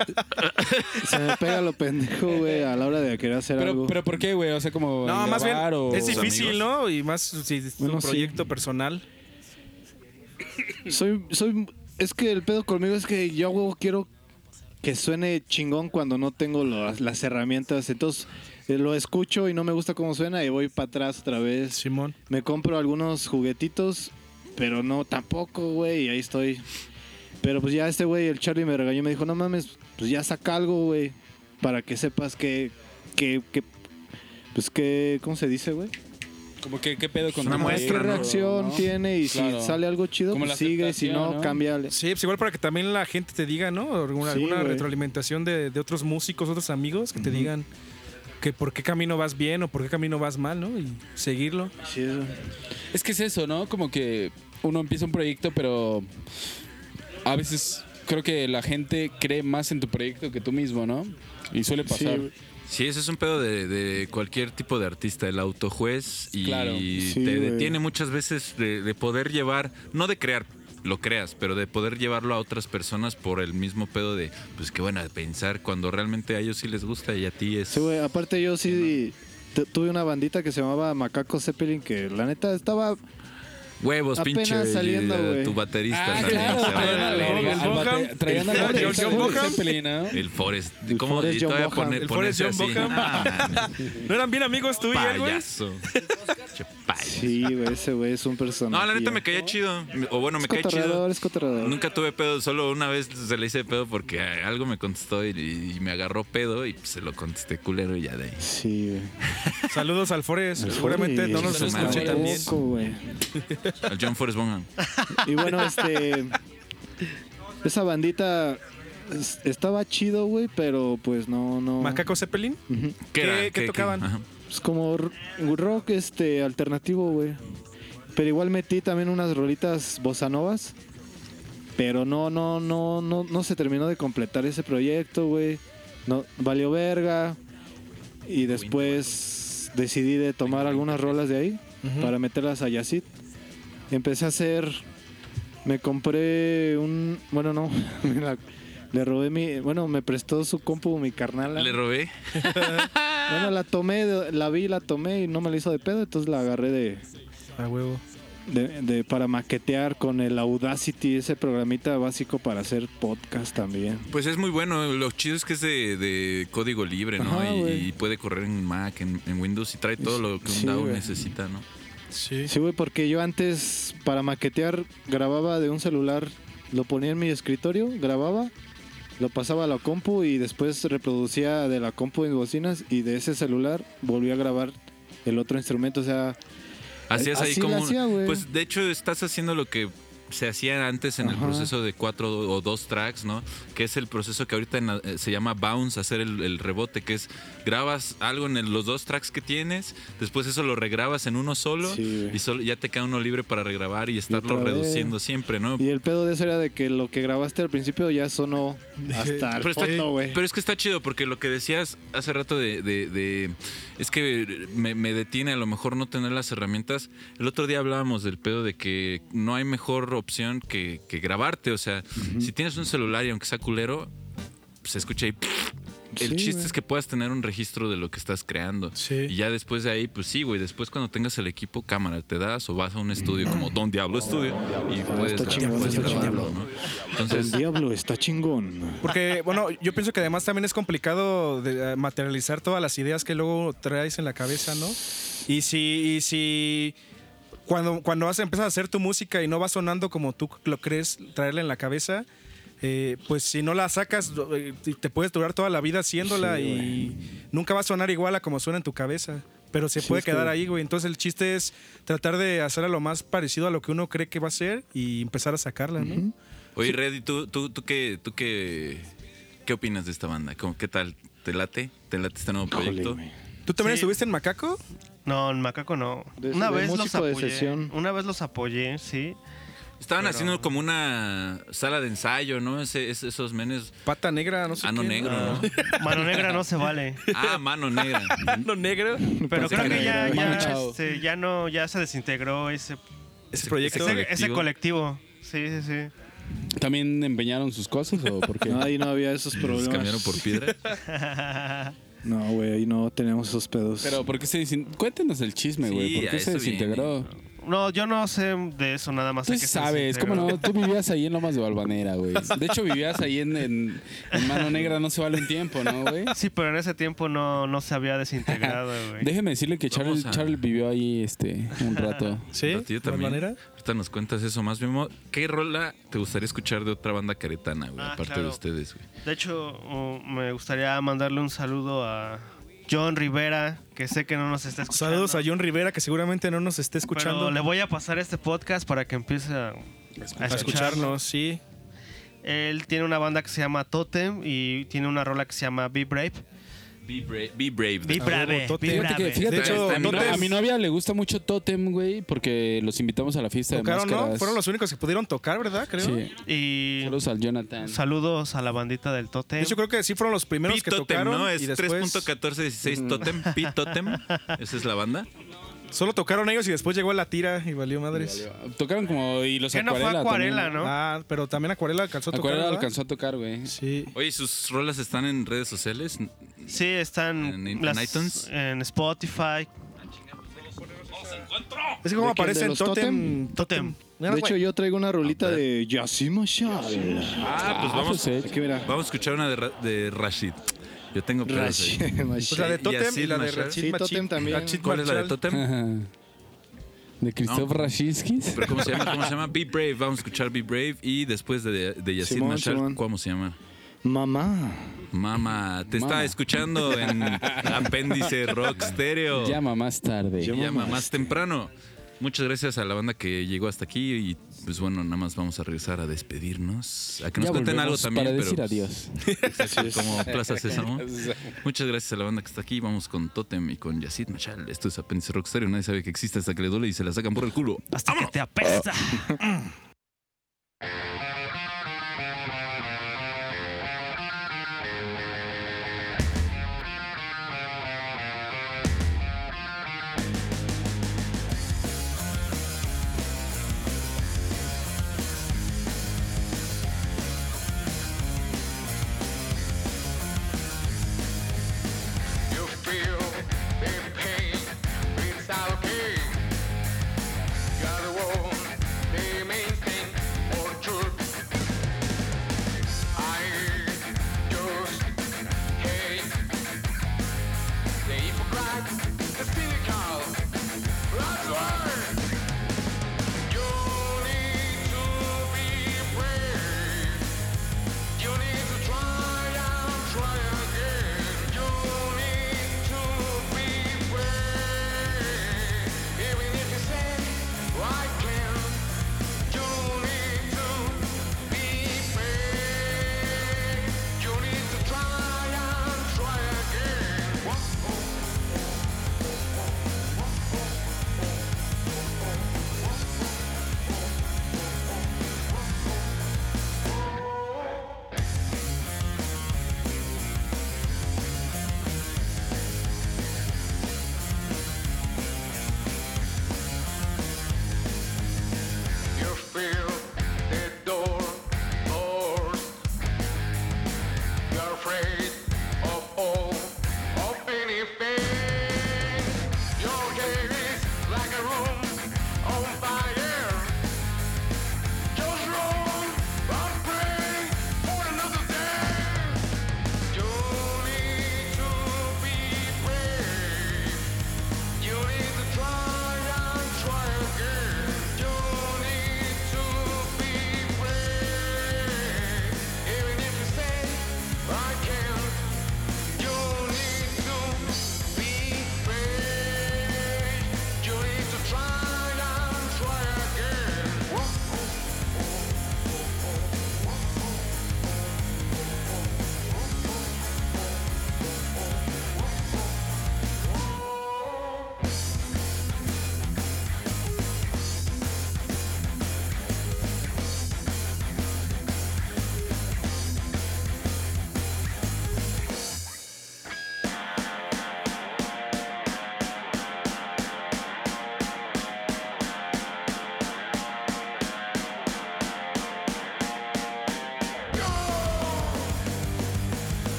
se me pega lo pendejo, güey, a la hora de querer hacer pero, algo. pero ¿por qué, güey? O sea, como. No, en más bien grabar o- es difícil, amigos. ¿no? Y más si es tu Bueno, sí. proyecto personal. Soy, soy, es que el pedo conmigo es que yo güey, quiero que suene chingón cuando no tengo las, las herramientas. Entonces eh, lo escucho y no me gusta cómo suena y voy para atrás otra vez. Simón. Me compro algunos juguetitos, pero no tampoco, güey, y ahí estoy. Pero pues ya este güey, el Charlie me regañó y me dijo, no mames, pues ya saca algo, güey, para que sepas que, que, que, pues que, ¿cómo se dice, güey? Como que, ¿qué pedo con Una tu muestra, ¿no? ¿Qué reacción Pues, ¿no? tiene? Y Claro. si sale algo chido, Como pues la sigue. Si aceptación, no, ¿no? cámbiale. Sí, pues igual para que también la gente te diga, ¿no? Alguna, Sí, alguna güey. retroalimentación de, de otros músicos, otros amigos que te digan que por qué camino vas bien o por qué camino vas mal, ¿no? Y seguirlo. Sí, eso. Es que es eso, ¿no? Como que uno empieza un proyecto, pero a veces creo que la gente cree más en tu proyecto que tú mismo, ¿no? Y suele Sí, pasar. güey. Sí, eso es un pedo de, de cualquier tipo de artista, el autojuez y Claro, sí, te güey. detiene muchas veces de, de poder llevar, no de crear, lo creas, pero de poder llevarlo a otras personas por el mismo pedo de, pues que van a pensar cuando realmente a ellos sí les gusta y a ti es... Sí, güey. Aparte, yo sí tu- tuve una bandita que se llamaba Macaco Zeppelin, que la neta estaba. Huevos, Apenas pinche saliendo, eh, güey. tu baterista. Ah, también, claro, se vaya a traían la al verga. verga, El al bate- Bonham. traían al El baterista John de Bonham. Zeppelin, ¿no? El Forest, El ¿cómo Forrest Y todavía John Bonham. poner- El Forrest ponerse así? John Bonham. Ah, ¿No eran bien amigos tú y él, güey? payaso. Che, payaso. Sí, güey, ese güey es un personaje. No, la neta me caía chido. O bueno, Es me caía chido. cotorreador, es cotorreador. Nunca tuve pedo, solo una vez se le hice pedo porque eh, algo me contestó y, y me agarró pedo y pues, se lo contesté culero y ya de ahí. Sí, güey. Saludos al Forest. Pues Seguramente no nos Su madre. escucha también. Tampoco, güey. Al John Forrest Bonham. Y bueno, este. Esa bandita es- estaba chido, güey, pero pues no, no. ¿Macaco Zeppelin? ¿Qué, era? ¿Qué- qué tocaban? Ajá. Es pues, como r- rock este alternativo, güey. Pero igual metí también unas rolitas bosanovas. Pero no, no, no, no, no se terminó de completar ese proyecto, güey. No, valió verga. Y después decidí de tomar algunas rolas de ahí para meterlas a Yacid. Empecé a hacer. Me compré un. Bueno, no. me la- le robé mi. Bueno, me prestó su compu mi carnal. Le robé. Bueno, la tomé, la vi, la tomé y no me la hizo de pedo, entonces la agarré de, A huevo. de- de- para maquetear con el Audacity, ese programita básico para hacer podcast también. Pues es muy bueno. Lo chido es que es de, de código libre, ¿no? Ajá, Y- güey. y, puede correr en Mac, en, en Windows y trae todo lo que un Sí, DAO güey. necesita, ¿no? Sí. Sí, güey, porque yo antes para maquetear grababa de un celular, lo ponía en mi escritorio, grababa, lo pasaba a la compu y después reproducía de la compu en bocinas y de ese celular volví a grabar el otro instrumento, o sea, Hacías ahí Así como. la hacía, güey. pues de hecho, estás haciendo lo que se hacía antes en el Ajá. proceso de cuatro o dos tracks, ¿no? Que es el proceso que ahorita en la- eh, se llama bounce, hacer el, el rebote, que es grabas algo en el- los dos tracks que tienes, después eso lo regrabas en uno solo Sí, güey. y solo ya te queda uno libre para regrabar y estarlo otra vez. reduciendo siempre, ¿no? Y el pedo de eso era de que lo que grabaste al principio ya sonó hasta el Pero, está- fondo, güey. pero es que está chido porque lo que decías hace rato de, de- de- es que me, me detiene a lo mejor no tener las herramientas. El otro día hablábamos del pedo de que no hay mejor opción que, que grabarte. O sea, si tienes un celular y aunque sea culero, se escucha ahí. El Sí, chiste güey. es que puedas tener un registro de lo que estás creando. Sí. Y ya después de ahí, pues sí, güey. Después cuando tengas el equipo, cámara, te das o vas a un estudio como Don Diablo Studio y puedes, chingón, puedes está chingón. grabarlo, ¿no? Entonces, El diablo está chingón. Porque, bueno, yo pienso que además también es complicado de, eh, materializar todas las ideas que luego traes en la cabeza, ¿no? Y si, y si cuando, cuando vas a empezar a hacer tu música y no va sonando como tú lo crees traerla en la cabeza, eh, pues si no la sacas, eh, te puedes durar toda la vida haciéndola Sí, y nunca va a sonar igual a como suena en tu cabeza. Pero se Sí, puede es que- quedar ahí, güey. Entonces el chiste es tratar de hacerla lo más parecido a lo que uno cree que va a ser y empezar a sacarla, ¿no? Oye, Reddy, ¿tú, tú, tú, qué, tú qué, qué opinas de esta banda? ¿Cómo, ¿Qué tal? ¿Te late? ¿Te late este nuevo proyecto? ¿Tú también Sí. estuviste en Macaco? No, en Macaco no. De- una de vez los músico de apoyé. sesión. Una vez los apoyé, sí. Estaban Pero- haciendo como una sala de ensayo, ¿no? Ese- es- esos menes. Pata negra, no sé. Ano qué, ¿no? negro, Ah, ¿no? Ah, Mano negra no se vale. Ah, mano negra. Ano negro. Pero Pensé creo que que era ya, de ya, Manu Chao. este, ya no, ya se desintegró ese, Ese proyecto. proyecto. ese, ese colectivo. colectivo. Sí, sí, sí. ¿También empeñaron sus cosas o por qué? No, ahí no había esos ¿Los cambiaron problemas. por piedra? No, güey, ahí no tenemos esos pedos. Pero ¿por qué se desintegró? Cuéntenos el chisme, güey. Sí, ¿Por a qué se eso viene. desintegró? No, yo no sé de eso nada más. Tú sé que se sabes, ¿cómo desintegró. no? Tú vivías ahí en Lomas de Valvanera, güey. De hecho, vivías ahí en, en- en Mano Negra, no se vale un tiempo, ¿no, güey? Sí, pero en ese tiempo no, no se había desintegrado, güey. Déjeme decirle que Charles, Vamos a- Charles vivió ahí este, un rato. Sí, Pero tío, de también. manera. Ahorita nos cuentas eso más mismo. ¿Qué rola te gustaría escuchar de otra banda caretana, güey? Ah, aparte de claro. uh, ustedes, güey. De hecho, oh, me gustaría mandarle un saludo a John Rivera, que sé que no nos está escuchando. Saludos a John Rivera, que seguramente no nos esté escuchando. Pero le voy a pasar este podcast para que empiece a, a a escucharnos, sí. Él tiene una banda que se llama Totem y tiene una rola que se llama Be Brave. Be brave. Be brave. Be Brave. Totem. Be Ah, Fíjate que, Brave. fíjate, De hecho, a, mi, Totem- a mi novia le gusta mucho Totem, güey, porque los invitamos a la fiesta de Tocaron, máscaras. ¿no? Fueron los únicos que pudieron tocar, ¿verdad? Creo. Sí. Y Saludos al Jonathan. saludos a la bandita del Totem. De hecho, creo que sí fueron los primeros que Totem, tocaron. ¿no? Es y después 3.1416 Totem. Pi Totem. Esa es la banda. solo tocaron ellos y después llegó la tira y valió madres. Tocaron como. Y los que no fue Acuarela. acuarela, también. ¿no? Ah, pero también Acuarela alcanzó a tocar. Acuarela ¿verdad? alcanzó a tocar, güey. Sí. Oye, ¿sus rolas están en redes sociales? Sí, están En- en iTunes. en Spotify. Es que como ¿De quién? aparece ¿De en los Totem. Totem. Mira, güey. de hecho, yo traigo una rolita de Yasima Shah. Ah, pues vamos, pues, eh. Aquí mira. vamos a escuchar una de, Ra- de Rashid. Yo tengo pedos ahí. Pues la de Y- y Totem y, así la de Marshall. Rachid Sí, Totem Machid- también. Rachid ¿Cuál es la de Marshall. Totem? De Christoph No. Rashiskis. Pero ¿cómo se llama? ¿Cómo se llama? Be Brave. Vamos a escuchar Be Brave. Y después de, de Yacine Simón, Machar, Simón. ¿cómo se llama? Mamá. Mama, te está Mama. escuchando en Apéndice Rock Stereo. Llama más tarde. Llama más temprano. Muchas gracias a la banda que llegó hasta aquí y pues bueno, nada más vamos a regresar a despedirnos. A que nos Ya cuenten algo volvemos también, para pero decir pues, adiós. exacto, como Plaza Sésamo. Muchas gracias a la banda que está aquí. Vamos con Totem y con Yacid Machal. Esto es Apéndice Rock Stereo. Nadie sabe que existe hasta que le duele y se la sacan por el culo. Hasta que te apesta. You feel their pain, it's okay. Got a wall, they maintain.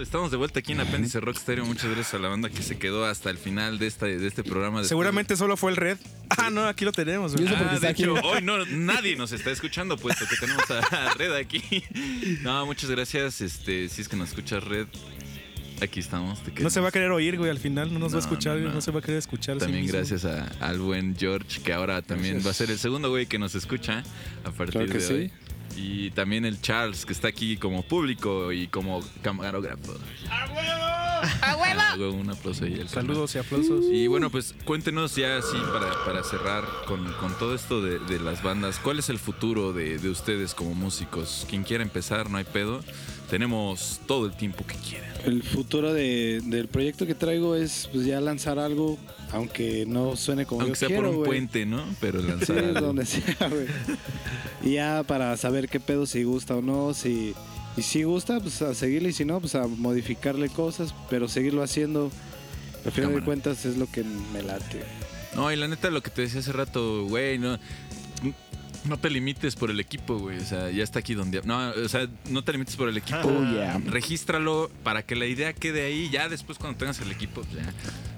Estamos de vuelta aquí en Apéndice Rock Stereo. Muchas gracias a la banda que se quedó hasta el final de, esta, de este programa. después de- Seguramente solo fue el red. Ah, no, aquí lo tenemos. güey. Yo sé por Ah, qué está de aquí. hecho, hoy no, nadie nos está escuchando, puesto que tenemos a a Red aquí. No, muchas gracias. Este, si es que nos escuchas, Red, aquí estamos. te No queremos. se va a querer oír, güey, al final. No nos va No, a escuchar, no, güey, no. no se va a querer escuchar. a sí También mismo. gracias a- al buen George, que ahora también va a ser el segundo güey que nos escucha a partir Claro que de sí. hoy. Y también el Charles, que está aquí como público y como camarógrafo. ¡A huevo! ¡A huevo! Un aplauso ahí al carnal. Saludos y aplausos. Y bueno, pues cuéntenos ya así para, para cerrar con, con todo esto de, de las bandas. ¿Cuál es el futuro de, de ustedes como músicos? Quien quiera empezar, no hay pedo. Tenemos todo el tiempo que quieran. El futuro de- del proyecto que traigo es pues ya lanzar algo, aunque no suene como Aunque yo sea quiero, por un güey. puente, ¿no? Pero Sí, lanzar. algo. donde sea, güey. Y ya para saber qué pedo, si gusta o no, si... Y si gusta, pues a seguirle, y si no, pues a modificarle cosas, pero seguirlo haciendo, al final de Cámara. cuentas, es lo que me late. No, y la neta, lo que te decía hace rato, güey, no. No te limites por el equipo, güey. O sea, ya está aquí donde. No, o sea, no te limites por el equipo. Oh, yeah. Ah. Regístralo para que la idea quede ahí. Ya después, cuando tengas el equipo, pues, ya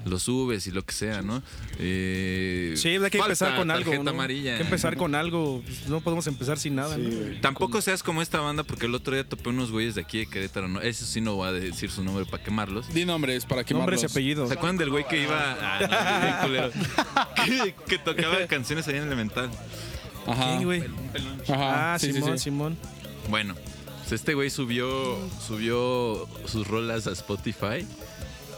lo subes y lo que sea, ¿no? Eh, Sí, hay que falta empezar con algo. tarjeta ¿no? amarilla. ¿eh? Hay que empezar con algo. pues, No podemos empezar sin nada. Sí, ¿no? güey. Tampoco seas como esta banda, porque el otro día topé unos güeyes de aquí de Querétaro, ¿no? Eso sí no voy a decir su nombre para quemarlos. Di nombres para que Nombres y apellidos. ¿Se acuerdan del güey que iba. Ah, no, bien culero. que, que tocaba canciones ahí en Elemental. Ajá. Sí, güey. Ajá. Ah, sí, sí, Simón, sí. Simón. Bueno, pues este güey subió, subió sus rolas a Spotify,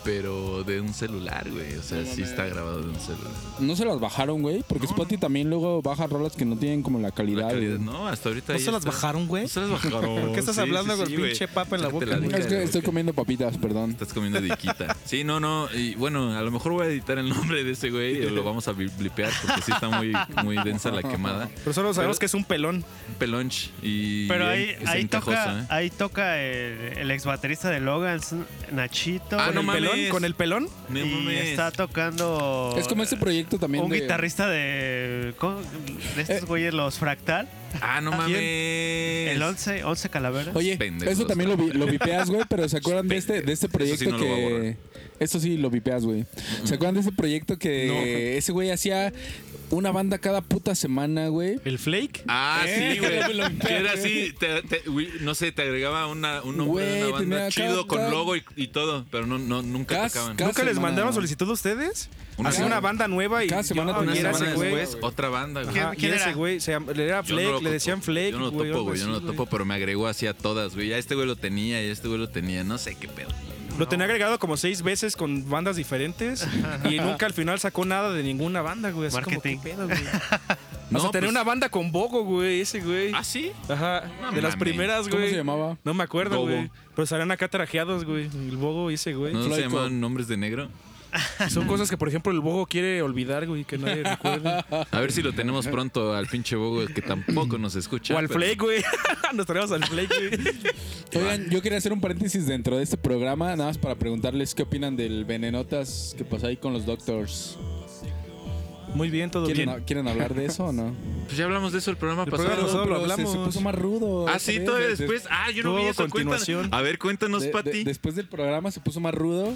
pero de un celular, güey. O sea, sí está grabado de un celular. No se las bajaron, güey, porque Spotify también luego baja rolas que no tienen como la calidad. La calidad, güey. no, hasta ahorita. ¿No ahí se las está. bajaron, güey? No se las bajaron. ¿Por qué estás hablando con güey. pinche papa en la Sácate boca, güey? dica Es de que la estoy boca. comiendo papitas, perdón. Estás comiendo diquita. Sí, no, no. Y bueno, a lo mejor voy a editar el nombre de ese güey o lo vamos a bli- blipear porque sí está muy, muy densa la quemada. Pero solo sabemos que es un pelón. Pelonch y. Pero ahí, es ahí encajosa, toca, ¿eh? ahí toca el, el ex baterista de Logan, Nachito. Ah, y- no ¿El mames. pelón? ¿Con el pelón? No y mames. está tocando. Es como este proyecto también Un de- Eh, guitarrista de. ¿cómo? De estos güeyes, los Fractal. Ah, no mames. El 11, 11 Calaveras. Oye, Pendejos, eso también lo, vi- lo vipeas, güey, pero ¿se acuerdan de este, de este Pendejos. Eso proyecto sí no lo voy a borrar. que... Eso sí, lo vipeas, güey. ¿Se acuerdan de ese proyecto que ese güey hacía una banda cada puta semana, güey? ¿El flake? Ah, Eh, sí, güey. me lo encargo, Que era así, te- te- güey, no sé, te agregaba una, un nombre de Güey, una banda tenía chido cada- con logo y, y todo, pero no, no nunca Cas- tocaban. cas- ¿Nunca les semana, mandaron ¿no? solicitud a ustedes? Una Hacía semana. una banda nueva y. Cada semana yo- tenía Una y era ese semana güey. después, otra banda, güey. Ajá, y ¿Quién era ese era? güey? Se llama- Era Yo no lo Flake, le topo. decían Flake. Yo no lo topo, algo güey. Yo no así, lo topo, pero me agregó así a todas, güey. Ya este güey lo tenía, ya este güey lo tenía. No sé qué pedo. Lo tenía agregado como seis veces con bandas diferentes y nunca al final sacó nada de ninguna banda, güey. Así Marketing. Como, ¿qué pedo, güey? No, o sea, tenía pues- una banda con Bogo, güey, ese güey. ¿Ah, sí? Ajá, No de las mames. primeras, ¿Cómo güey. se llamaba? No me acuerdo, Bobo. güey. Pero salían acá trajeados, güey. El Bogo y ese, güey. ¿No se Floyd llamaban nombres de negro? Son cosas que, por ejemplo, el Bogo quiere olvidar, güey, que nadie recuerda. A ver si lo tenemos pronto al pinche Bogo que tampoco nos escucha. o al pero- Flake, güey. Nos traemos al Flake, güey. Oigan, yo quería hacer un paréntesis dentro de este programa, nada más para preguntarles qué opinan del venenotas que pasó ahí con los doctors. Muy bien, todo ¿Quieren, bien. ¿quieren hablar de eso o no? Pues ya hablamos de eso el programa El pasado. programa pasado. Solo pero se- Se, hablamos. puso más rudo. Ah, esta sí, vez, todavía de- de- después. Ah, yo no vi Todo eso. Cuéntanos. continuación. A ver, cuéntanos, de- de- Pati. después del programa se puso más rudo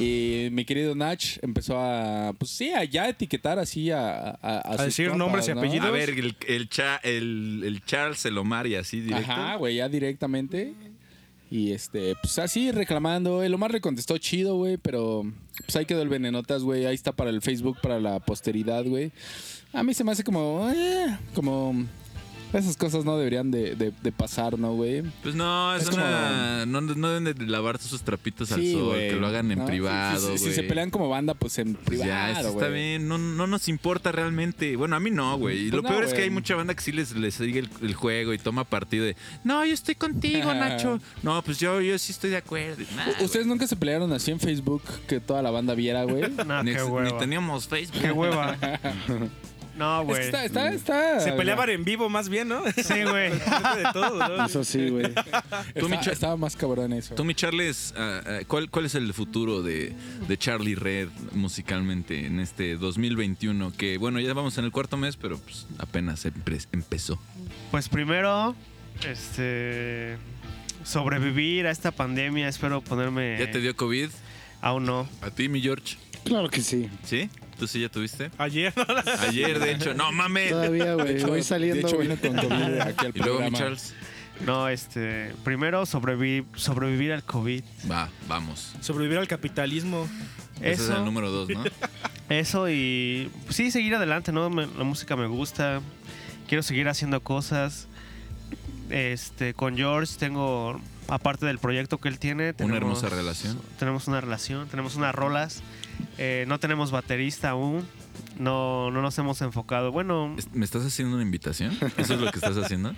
y mi querido Nach empezó a, pues sí, a ya etiquetar así a... A, a sus decir nombres y ¿no? apellidos. A ver, el, el, cha- el, el Charles, el Omar y así directo. Ajá, güey, ya directamente. Y este, pues así reclamando. El Omar le contestó chido, güey, pero pues ahí quedó el venenotas, güey. Ahí está para el Facebook, para la posteridad, güey. A mí se me hace como, eh, como esas cosas no deberían de, de- de pasar, ¿no, güey? Pues no, es, Es una. No, no deben de lavar sus trapitos al sol, güey, que lo hagan en ¿no? privado. Si, si- si güey. se pelean como banda, pues en Pues ya, eso privado, está güey. bien. No, no nos importa realmente. Bueno, a mí no, güey. Y Pues lo no, peor es que güey. hay mucha banda que sí les, les sigue el, el juego y toma partido de. No, yo estoy contigo, Nacho. No, pues yo, yo sí estoy de acuerdo. Nah, U- ¿Ustedes nunca se pelearon así en Facebook que toda la banda viera, güey? Es No, güey. Ah, qué ni, ni hueva. teníamos Facebook. Qué hueva. No, que güey. está, está, está. Ah, Se peleaban en vivo más bien, ¿no? Sí, güey. Enfrente de todo, ¿no? Eso sí, güey. Tú, mi Está- Cha- estaba más cabrón eso. Tú, mi Charles, ah, ah, ¿cuál, ¿cuál es el futuro de, de Charlie Red musicalmente en este 2021? Que bueno, ya vamos en el cuarto mes, pero pues, apenas empe- empezó. Pues primero, este. sobrevivir a esta pandemia. Espero ponerme. ¿Ya te dio COVID? Aún no. ¿A ti, mi George? Claro que sí. ¿Sí? ¿Tú sí ya tuviste? Ayer, ¿no? Ayer, de hecho. ¡No mames! Todavía, güey. Voy De saliendo, hecho, güey. vino con COVID aquí al Y luego, mi programa. Charles. No, este. Primero sobrevi- sobrevivir al COVID. Va, vamos. Sobrevivir al capitalismo. Ese es el Eso, número dos, ¿no? eso y. pues, sí, seguir adelante, ¿no? Me- la música me gusta. Quiero seguir haciendo cosas. Este, con George tengo. Aparte del proyecto que él tiene, Una tenemos, hermosa relación. tenemos una relación, tenemos unas rolas. Eh, no tenemos baterista aún. No, no nos hemos enfocado. Bueno, Es- ¿Me estás haciendo una invitación? ¿Eso es lo que estás haciendo?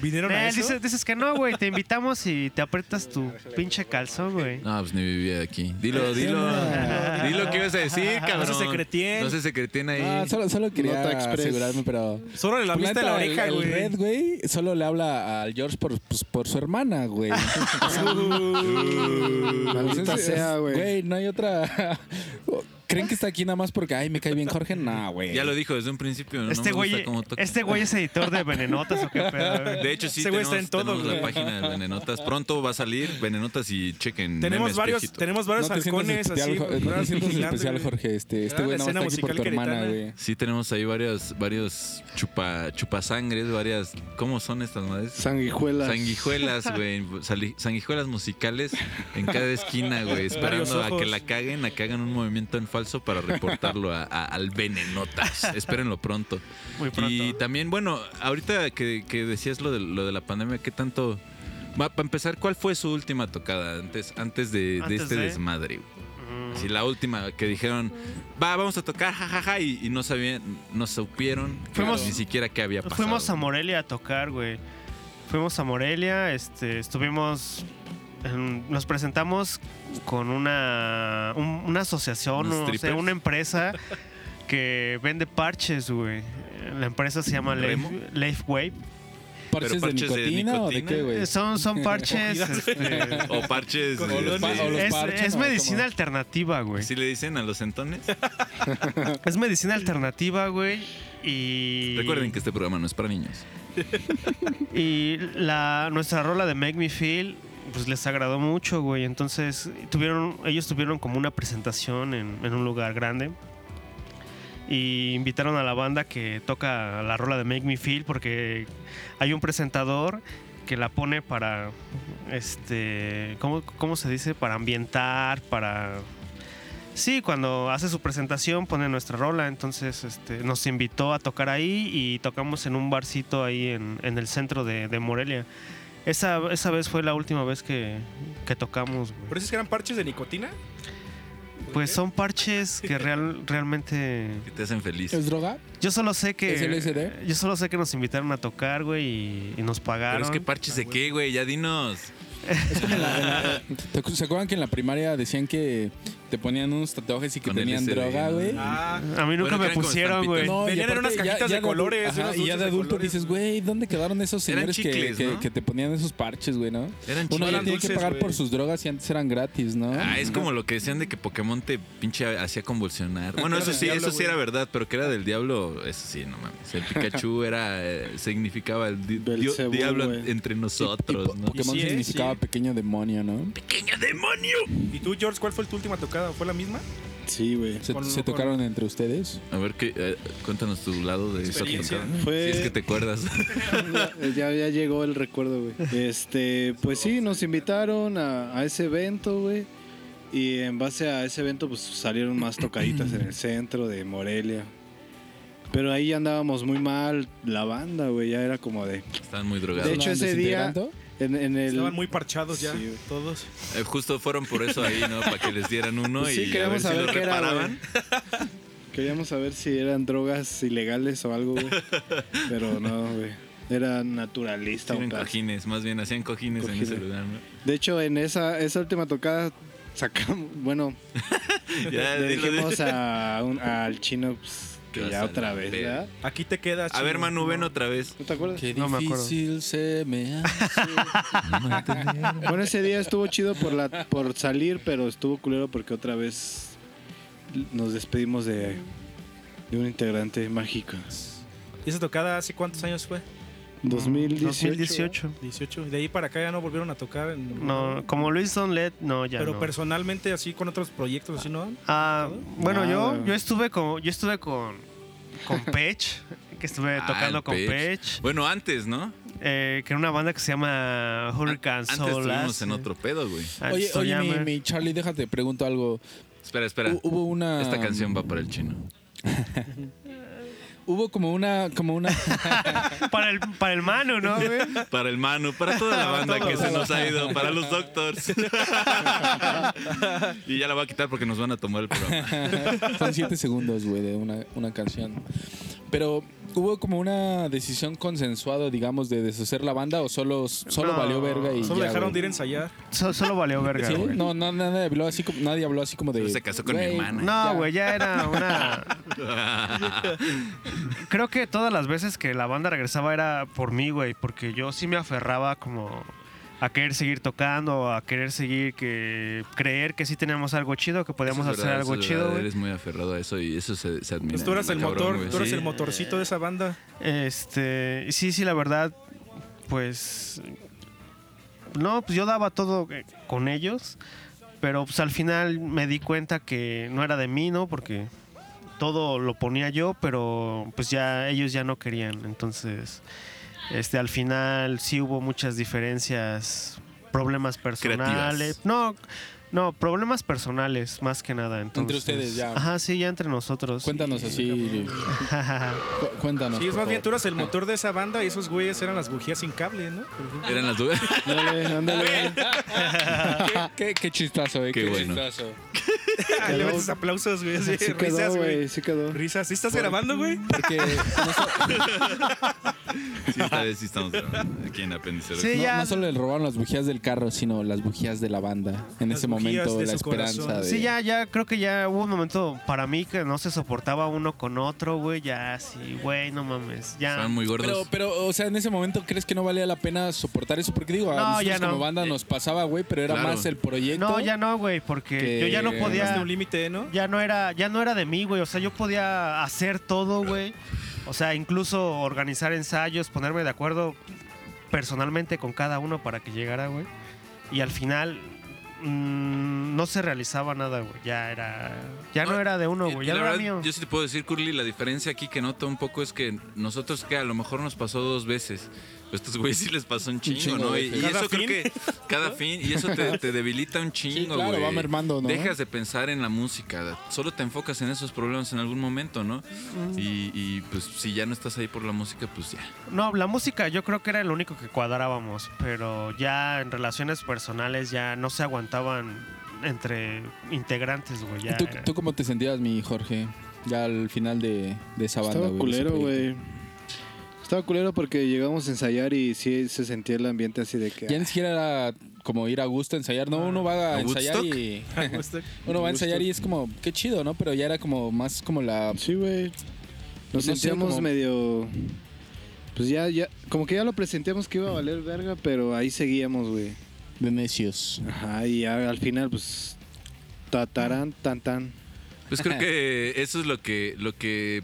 ¿Vinieron a Eh, eso? dices, dices que no, güey. Te invitamos y te aprietas tu pinche calzón, güey. No, pues ni vivía aquí. Dilo, dilo. Dilo que ibas a decir, cabrón. No se secretien. No se secretien ahí. Ah, solo, solo quería Nota express. asegurarme, pero. Solo en la vista de la neta, el- oreja, el güey. Red, güey, solo le habla al George por, pues, por su hermana, güey. O sea, Maldita entonces, sea, güey. Güey, no hay otra. ¿Creen que está aquí nada más porque, ay, me cae bien Jorge? No, güey. Eh, Ya lo dijo desde un principio. ¿no? este me güey gusta cómo toca. este güey es editor de Venenotas o qué pedo, güey? De hecho, sí, Ese este güey tenemos, está en todo, tenemos la güey. página de Venenotas. Pronto va a salir Venenotas y chequen. Tenemos memes, varios, viejito. tenemos No varios te sientas halcones especial, así. Jo- güey, no te sientas vigilantes, especial, güey. Jorge. Este, este Gran güey nada escena más está aquí por tu musical hermana, queretana. güey. Sí, tenemos ahí varias, varios chupa, chupasangres, varias. ¿Cómo son estas madres? Sanguijuelas. Sanguijuelas, güey. sali- Sanguijuelas musicales en cada esquina, güey. Esperando Varios a ojos. que la caguen, a que hagan un movimiento en falso para reportarlo a- a- al venenotas. Espérenlo pronto. Muy Y pronto. también, bueno, ahorita que, que decías lo de, lo de la pandemia, ¿qué tanto. Va, para empezar, ¿cuál fue su última tocada antes, antes de, de Antes este de- desmadre? güey? Mm. Así la última que dijeron, va, vamos a tocar, jajaja, y, y no sabían, no supieron Fuimos- ni siquiera qué había pasado. Fuimos a Morelia a tocar, güey. Fuimos a Morelia, este, estuvimos. en- nos presentamos con una, un- una asociación, ¿Unos no sé, strippers? una empresa que vende parches, güey. La empresa se llama ¿Remo? Life, Life Wave. ¿Parches, ¿Pero de, parches de nicotina o de nicotina? qué, güey? Eh, Son, son parches. este, O parches. Con de- de- los pa- o los- es, parches, es ¿no? medicina ¿Cómo? alternativa, güey. ¿Sí le dicen a los entones? Es medicina alternativa, güey. Y. Recuerden que este programa no es para niños. Y la, nuestra rola de Make Me Feel, pues les agradó mucho, güey. Entonces, tuvieron, ellos tuvieron como una presentación en, en un lugar grande. Y invitaron a la banda que toca la rola de Make Me Feel porque hay un presentador que la pone para, este, ¿cómo, cómo se dice? Para ambientar, para... Sí, cuando hace su presentación pone nuestra rola, entonces este, nos invitó a tocar ahí y tocamos en un barcito ahí en, en el centro de, de Morelia. Esa, esa vez fue la última vez que, que tocamos. güey. ¿Por eso es que eran parches de nicotina? Pues son parches que real, realmente... Que te hacen feliz. ¿Es droga? Yo solo sé que... ¿Es LSD? Yo solo sé que nos invitaron a tocar, güey, y, y nos pagaron. Pero es que parches de qué, güey, ya dinos. Es como en la- en la- ¿Te acu- ¿Se acuerdan que en la primaria decían que te ponían unos tatuajes y que Con tenían LSD, droga, ¿no? güey? Ah, a mí nunca Bueno, que me eran como pusieron, güey. estampitas. No, Venían aparte en unas cajitas de adu- colores, ajá, unos y ya dulces de de adulto colores. dices, güey, ¿dónde quedaron esos Eran señores que- chicles, que, ¿no? que te ponían esos parches, güey, no? Eran Uno chicos. ya eran tiene que dulces, pagar por güey. sus drogas y antes eran gratis, ¿no? Ah, es como lo que decían de que Pokémon te pinche hacía convulsionar. Bueno, eso del sí, diablo, eso sí güey. era verdad, pero que era del diablo, eso sí, no mames. El Pikachu era, eh, significaba el di- dio- Belcebú, diablo güey. entre Y- y nosotros, po- ¿no? Pokémon Y sí es, significaba sí. pequeño demonio, ¿no? ¡Pequeño demonio! ¿Y tú, George, cuál fue tu última tocada? ¿Fue la misma? Sí, güey. ¿Se, Con- se con- tocaron entre ustedes? A ver, ¿qué, eh, cuéntanos tu lado de esa Experiencia. tocada. Fue- Si es que te acuerdas. Ya, ya llegó el recuerdo, güey. Este, pues sí, nos invitaron a, a ese evento, güey. Y en base a ese evento, pues salieron más tocaditas en el centro de Morelia. Pero ahí ya andábamos muy mal la banda, güey. Ya era como de. Estaban muy De drogados. hecho, ese ¿Desintegrando? En, en el, Estaban muy parchados ya, Sí, güey. todos. Eh, justo fueron por eso ahí, ¿no? Para que les dieran uno Pues sí, y a ver queríamos si saber lo qué era, reparaban. Queríamos saber si eran drogas ilegales o algo, güey. Pero no, güey. Era naturalista. Hacían un pedazo. cojines, más bien hacían cojines, Cojines. en ese lugar, ¿no? De hecho, en esa, esa última tocada sacamos, bueno, Ya, le dilo, dilo. dijimos a un- al chino pues, que Vas a ya la otra vez, verga. ¿verdad? Aquí te quedas. A ver, chino. Manu, ven otra vez. ¿No te acuerdas? Qué No me acuerdo. difícil se me hace. Bueno, ese día estuvo chido por, la, por salir, pero estuvo culero porque otra vez nos despedimos de, de un integrante mágico. ¿Y esa tocada hace cuántos años fue? Mm, 2018. 2018. 18. De ahí para acá ya no volvieron a tocar. en- No, como Luis Donlet, no, ya pero no. personalmente, así con otros proyectos, así no. Ah, bueno, Nada. yo, yo estuve con, yo estuve con, con Pech, que estuve Ah, tocando el con Pech. Pech, Bueno, antes, ¿no? eh, que era una banda que se llama Hurricane Ah, Ah, Antes Soul estuvimos Last. en otro pedo, Ah, güey. Antes Oye, se oye, mi, llama- mi Charlie, déjate, pregunto algo. Espera, espera. Hu- Hubo una. Esta canción va para el chino. Hubo como una. Como una Para el, para el Manu, ¿no, güey? Para el Manu, para toda la banda que se nos ha ido, para los doctors. y ya la voy a quitar porque nos van a tomar el programa. Son siete segundos, güey, de una, una canción. Pero hubo como una decisión consensuada, digamos, de deshacer la banda o solo, solo No, valió verga y. Solo ya, dejaron de güey? ir a ensayar. So- solo valió verga, ¿Sí? güey. No, no, nadie habló así como, nadie habló así como de. Se casó con mi "Güey, hermana". No, güey, ya era una. Creo que todas las veces que la banda regresaba era por mí, güey, porque yo sí me aferraba como a querer seguir tocando, a querer seguir que creer que sí teníamos algo chido, que podíamos Eso es hacer verdad, algo eso es chido, verdad, güey. Eres muy aferrado a eso y eso se, se admira. Pues tú eras el Cabrón, motor, güey, tú eres sí. el motorcito de esa banda. Este, sí, sí, la verdad, pues no, pues yo daba todo eh, con ellos, pero pues al final me di cuenta que no era de mí, ¿no? Porque todo lo ponía yo, pero pues ya ellos ya no querían, entonces este al final sí hubo muchas diferencias, problemas personales. No, no, problemas personales más que nada, entonces. ustedes ya. Ajá, sí, ya entre nosotros. Cuéntanos así. cu- Cuéntanos. Sí, es por más favor. bien tú eras el motor de esa banda y esos güeyes eran las bujías sin cable, ¿no? Eran las dudas. Ándale, ándale. Qué, qué chistazo, eh. Qué Qué, bueno. chistazo. Ahí Ah, le metes aplausos, güey. así, Sí risas, quedó, güey. güey, sí quedó. Risas. ¿Sí estás grabando, güey? Porque no, so- Sí, esta vez sí estamos grabando aquí en Apéndice. Sí, no- ya. no solo le robaron las bujías del carro, sino las bujías de la banda. En Las ese bujías momento, de la su corazón. esperanza. De... Sí, ya, ya, creo que ya hubo un momento para mí que no se soportaba uno con otro, güey. Ya, sí, güey, no mames. Ya. Estaban muy Pero, gordos. pero, o sea, en ese momento crees que no valía la pena soportar eso, porque digo, a No, nosotros ya no. como banda nos pasaba, güey, pero era Claro. más el proyecto. No, ya no, güey, porque Que- yo ya no Hasta podía. un límite, ¿no? Ya no era, ya no era de mí, güey. O sea, yo podía hacer todo, güey. O sea, incluso organizar ensayos, ponerme de acuerdo personalmente con cada uno para que llegara, güey. Y al final mm, no se realizaba nada, güey. Ya era, ya no Ah, era de uno, Y- güey. y Ya la no era verdad, mío. Yo sí te puedo decir, Curly, la diferencia aquí que noto un poco es que nosotros que a lo mejor nos pasó dos veces. A Estos güeyes sí les pasó un chingo, chingo ¿no? de Y, y veces. ¿Cada eso creo fin? que cada fin, y eso te, te debilita un chingo, Sí, claro, güey. va mermando, ¿no? Dejas de pensar en la música, solo te enfocas en esos problemas en algún momento, ¿no? Mm. Y, y, pues si ya no estás ahí por la música, pues ya. No, la música yo creo que era lo único que cuadrábamos, pero ya en relaciones personales ya no se aguantaban entre integrantes, güey. ya ¿Tú, era- tú cómo te sentías, mi Jorge? Ya al final de, de esa banda, Estaba güey, de ese culero, proyecto. güey. Estaba culero porque llegamos a ensayar y sí se sentía el ambiente así de que. Ya ni siquiera era como ir a gusto a ensayar, ¿no? Uno va a, ¿A ensayar Woodstock? y... Uno va a ensayar y es como, qué chido, ¿no? Pero ya era como más como la... ah, Sí, güey. No Nos sé, sentíamos como- medio. Pues ya, ya. Como que ya lo presentíamos que iba a valer verga, pero ahí seguíamos, güey. de necios. Ajá, y ya al final, pues. Tatarán, tan tan. Pues creo que eso es lo que, lo que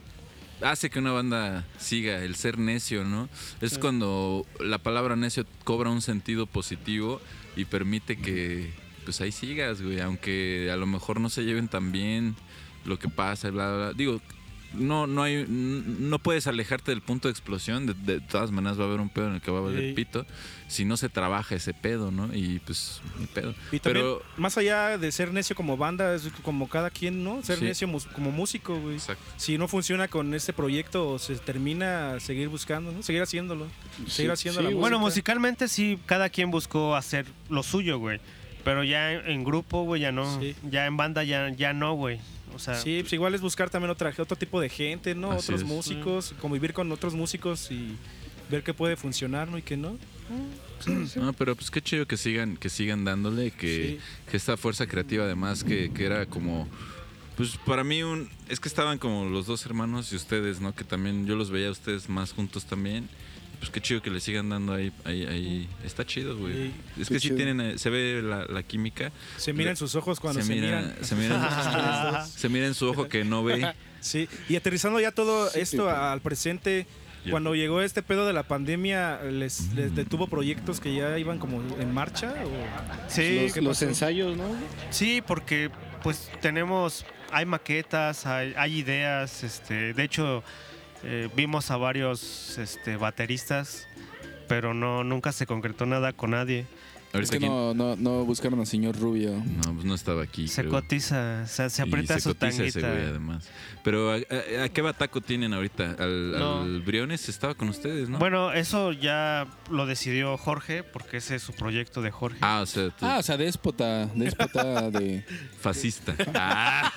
hace que una banda siga, el ser necio, ¿no? Es cuando la palabra necio cobra un sentido positivo y permite que pues ahí sigas, güey, aunque a lo mejor no se lleven tan bien lo que pasa, bla, bla, bla. Digo, no, no hay, no puedes alejarte del punto de explosión, de, de todas maneras va a haber un pedo en el que va a valer Sí. pito, si no se trabaja ese pedo, ¿no? Y pues, ni pedo. Y también, Pero- más allá de ser necio como banda, es como cada quien, ¿no? Ser Sí. necio mus- como músico, güey. Exacto. Si no funciona con este proyecto, se termina seguir buscando, ¿no? Seguir haciéndolo. Seguir haciendo la sí, música. Bueno, musicalmente sí, cada quien buscó hacer lo suyo, güey. Pero ya en, en grupo, güey, ya no. Sí. Ya en banda ya, ya no, güey. O sea, Sí, pues igual es buscar también otra, otro tipo de gente, ¿no? Así otros es. músicos, convivir con otros músicos y ver qué puede funcionar, ¿no? Y qué no. No, pero pues qué chido que sigan, que sigan dándole, que, que esta fuerza creativa además que, que era como, pues para mí un, es que estaban como los dos hermanos y ustedes, ¿no? Que también yo los veía a ustedes más juntos también. Pues qué chido que le sigan dando ahí, ahí, ahí. Está chido, güey. es qué que sí chido. tienen, eh, se ve la, la química. Se miran sus ojos cuando se, mira- miran. se mira, se mira en su ojo que no ve. Sí, y aterrizando ya todo esto al presente, Cuando llegó este pedo de la pandemia, ¿les, les detuvo proyectos que ya iban como en marcha? o- Sí, los, los ensayos, ¿no? Sí, porque pues tenemos, hay maquetas, hay, hay ideas, este, de hecho eh, vimos a varios este, bateristas, pero no, nunca se concretó nada con nadie. Es Ahorita que aquí- no, no, no buscaron al señor Rubio. No, pues no estaba aquí. Se creo. cotiza, o sea, se Y aprieta se su cotiza ese güey, tanguita. además. Pero ¿a, a- a qué bataco tienen ahorita? ¿Al, No. al Briones estaba con ustedes, no? Bueno, eso ya lo decidió Jorge, porque ese es su proyecto de Jorge. Ah, o sea, tú, Ah, o sea, déspota, déspota de fascista. Ah,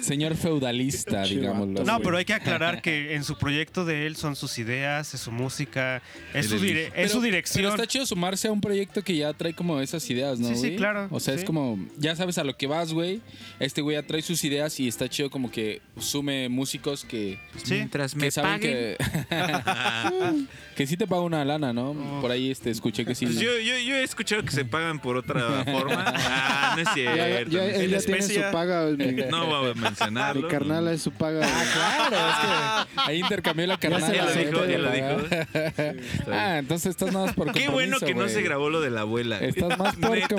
señor feudalista, digámoslo. No, así. pero hay que aclarar que en su proyecto de él son sus ideas, es su música, es, Él su, dire- elige. es Pero- su dirección. Pero está chido sumarse a un proyecto que ya trae como esas ideas, ¿no? Sí, sí, güey? claro, O sea, es sí. como, ya sabes a lo que vas, güey. Este güey ya trae sus ideas y está chido como que sume músicos que, pues, Pues Sí. Mientras que saben que. que sí te paga una lana, ¿no? Por ahí este, escuché que sí. Pues yo, yo, yo he escuchado que se pagan por otra forma. Ah, no es Ya, cierto. ya- no es él ya tiene su especia. paga. Mi, cierto. No Ah, voy a mi mencionarlo. carnal es su paga. Claro, es que ahí intercambió la carnal. se Ya la lo sé, dijo, ya lo ¿verdad? dijo. Ah, entonces estás más por compromiso. Qué bueno que no güey. se grabó lo de la abuela. güey. Estás más por Neta.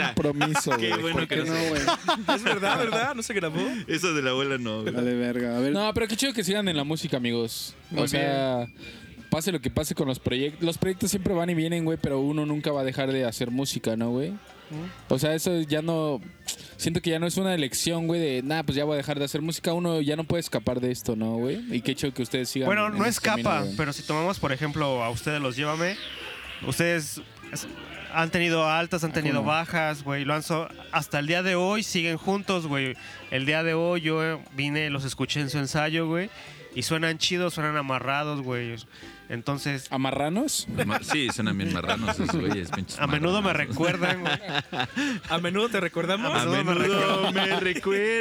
compromiso, Qué güey. bueno que no, se grabó. Es verdad, ¿verdad? ¿No se grabó? Eso de la abuela no. güey. Vale, verga. A ver, No, pero qué chido que sigan en la música, amigos. o Muy sea, pase lo que pase con los proyectos. Los proyectos siempre van y vienen, güey, pero uno nunca va a dejar de hacer música, ¿no, güey? O sea, eso ya no. Siento que ya no es una elección, güey, de nada, pues ya voy a dejar de hacer música. Uno ya no puede escapar de esto, ¿no, güey? Y qué chido que ustedes sigan. Bueno, en no ese escapa, camino, güey. pero si tomamos, por ejemplo, a ustedes los llévame, ustedes es- han tenido altas, han tenido ¿cómo? bajas, güey, lo han so- hasta el día de hoy siguen juntos, güey. El día de hoy yo eh, vine, los escuché en su ensayo, güey, y suenan chidos, suenan amarrados, güey. Entonces, ¿Amarranos? Ma- Sí, suenan bien marranos esos güeyes, pinches a menudo me marranos. recuerdan, güey. ¿A menudo te recordamos? A menudo me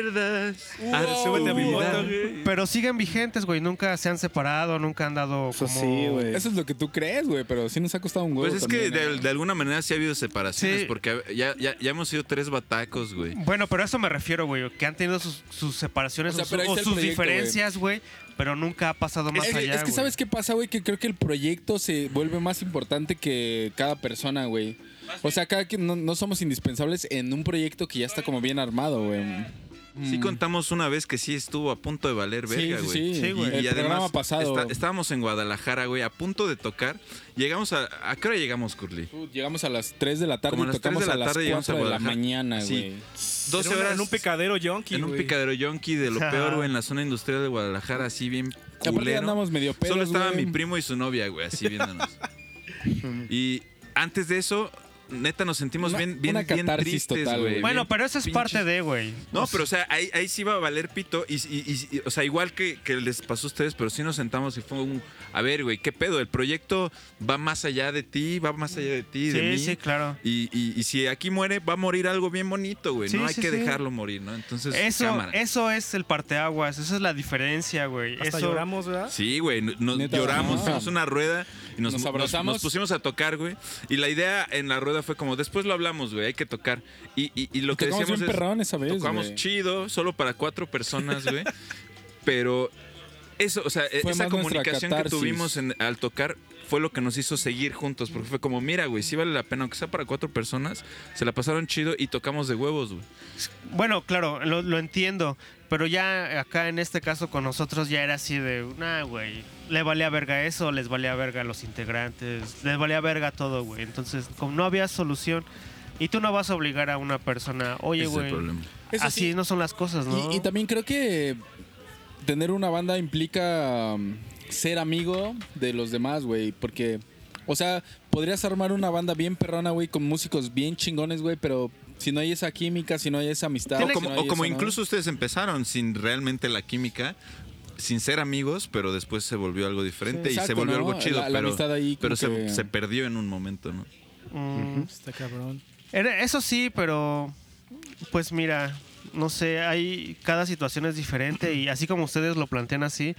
recuerdas. Ah, súbete a mi moto, güey. Pero siguen vigentes, güey, nunca se han separado, nunca han dado eso como- sí, güey. Eso es lo que tú crees, güey, pero sí nos ha costado un huevo. Pues es que también, ¿eh? de, de alguna manera sí ha habido separaciones, Sí. porque ya, ya, ya hemos sido tres batacos, güey. Bueno, pero a eso me refiero, güey, que han tenido sus, sus separaciones O sea, o, pero ahí su- está el o sus proyecto, güey. diferencias, güey, pero nunca ha pasado más Es que, allá. es que güey. ¿sabes qué pasa, güey? Que creo que el proyecto se vuelve más importante que cada persona, güey. O sea, cada quien no, no somos indispensables en un proyecto que ya está como bien armado, güey. Sí contamos una vez que sí estuvo a punto de valer Mm. Sí, verga, sí, güey. sí. Sí, güey. Y, El además programa pasado. está- estábamos en Guadalajara, güey, a punto de tocar. Llegamos a... ¿A qué hora llegamos, Curly? Puh, Llegamos a las 3 de la tarde Como a y las 3 de tocamos la a las tarde llegamos a 4 de la Guadalajara. mañana, Sí. güey. 12 Era una- horas En un picadero yonki, en un güey. picadero yonki de lo peor, güey, en la zona industrial de Guadalajara, así bien Que Aparte ya culero. andamos medio pedos, Solo estaba güey. mi primo y su novia, güey, así viéndonos. y antes de eso, neta, nos sentimos Una- bien, bien, una bien catarsis tristes, total, güey. güey. Bueno, bien pero eso es pinches- parte de, güey. No, pero o sea, ahí, ahí sí iba a valer pito. Y, y- y- y- o sea, igual que, que les pasó a ustedes, pero sí nos sentamos y fue un. A ver, güey, ¿qué pedo? El proyecto va más allá de ti, va más allá de ti, de mí. Sí, sí, claro. Y, y- y si aquí muere, va a morir algo bien bonito, güey. Sí, no hay sí, que sí. dejarlo morir, ¿no? Entonces, Eso, cámara. eso es el parteaguas, esa es la diferencia, güey. Hasta Eso lloramos, ¿verdad? Sí, güey, no- nos Neta. lloramos, Ah. hicimos una rueda y nos, Nos nos- abrazamos. nos pusimos a tocar, güey. Y la idea en la rueda fue como, después lo hablamos, güey, hay que tocar. Y, y- y lo que Tocamos decíamos bien es, perrón esa vez, tocamos güey. chido, solo para cuatro personas, güey. Pero eso, o sea, e- Fue esa más nuestra comunicación que catarsis. tuvimos en- al tocar fue lo que nos hizo seguir juntos, porque fue como, mira, güey, sí vale la pena, aunque sea para cuatro personas, se la pasaron chido y tocamos de huevos, güey. Bueno, claro, lo, lo entiendo, pero ya acá en este caso con nosotros ya era así de, nah, güey, le valía verga eso, les valía verga a los integrantes, les valía verga todo, güey. Entonces, como no había solución, y tú no vas a obligar a una persona, oye, Ese es el güey, problema. Eso así sí. no son las cosas, ¿no? Y, y también creo que tener una banda implica um, ser amigo de los demás, güey. Porque, o sea, podrías armar una banda bien perrona, güey, con músicos bien chingones, güey, pero si no hay esa química, si no hay esa amistad. O si como, no hay o como eso, ¿no? incluso ustedes empezaron sin realmente la química, sin ser amigos, pero después se volvió algo diferente y Sí, se exacto, volvió ¿no? algo chido. La- la pero amistad ahí pero como se, que- se perdió en un momento, ¿no? Mm. Está cabrón. Era- Eso sí, pero pues mira, no sé, hay cada situación es diferente y así como ustedes lo plantean así,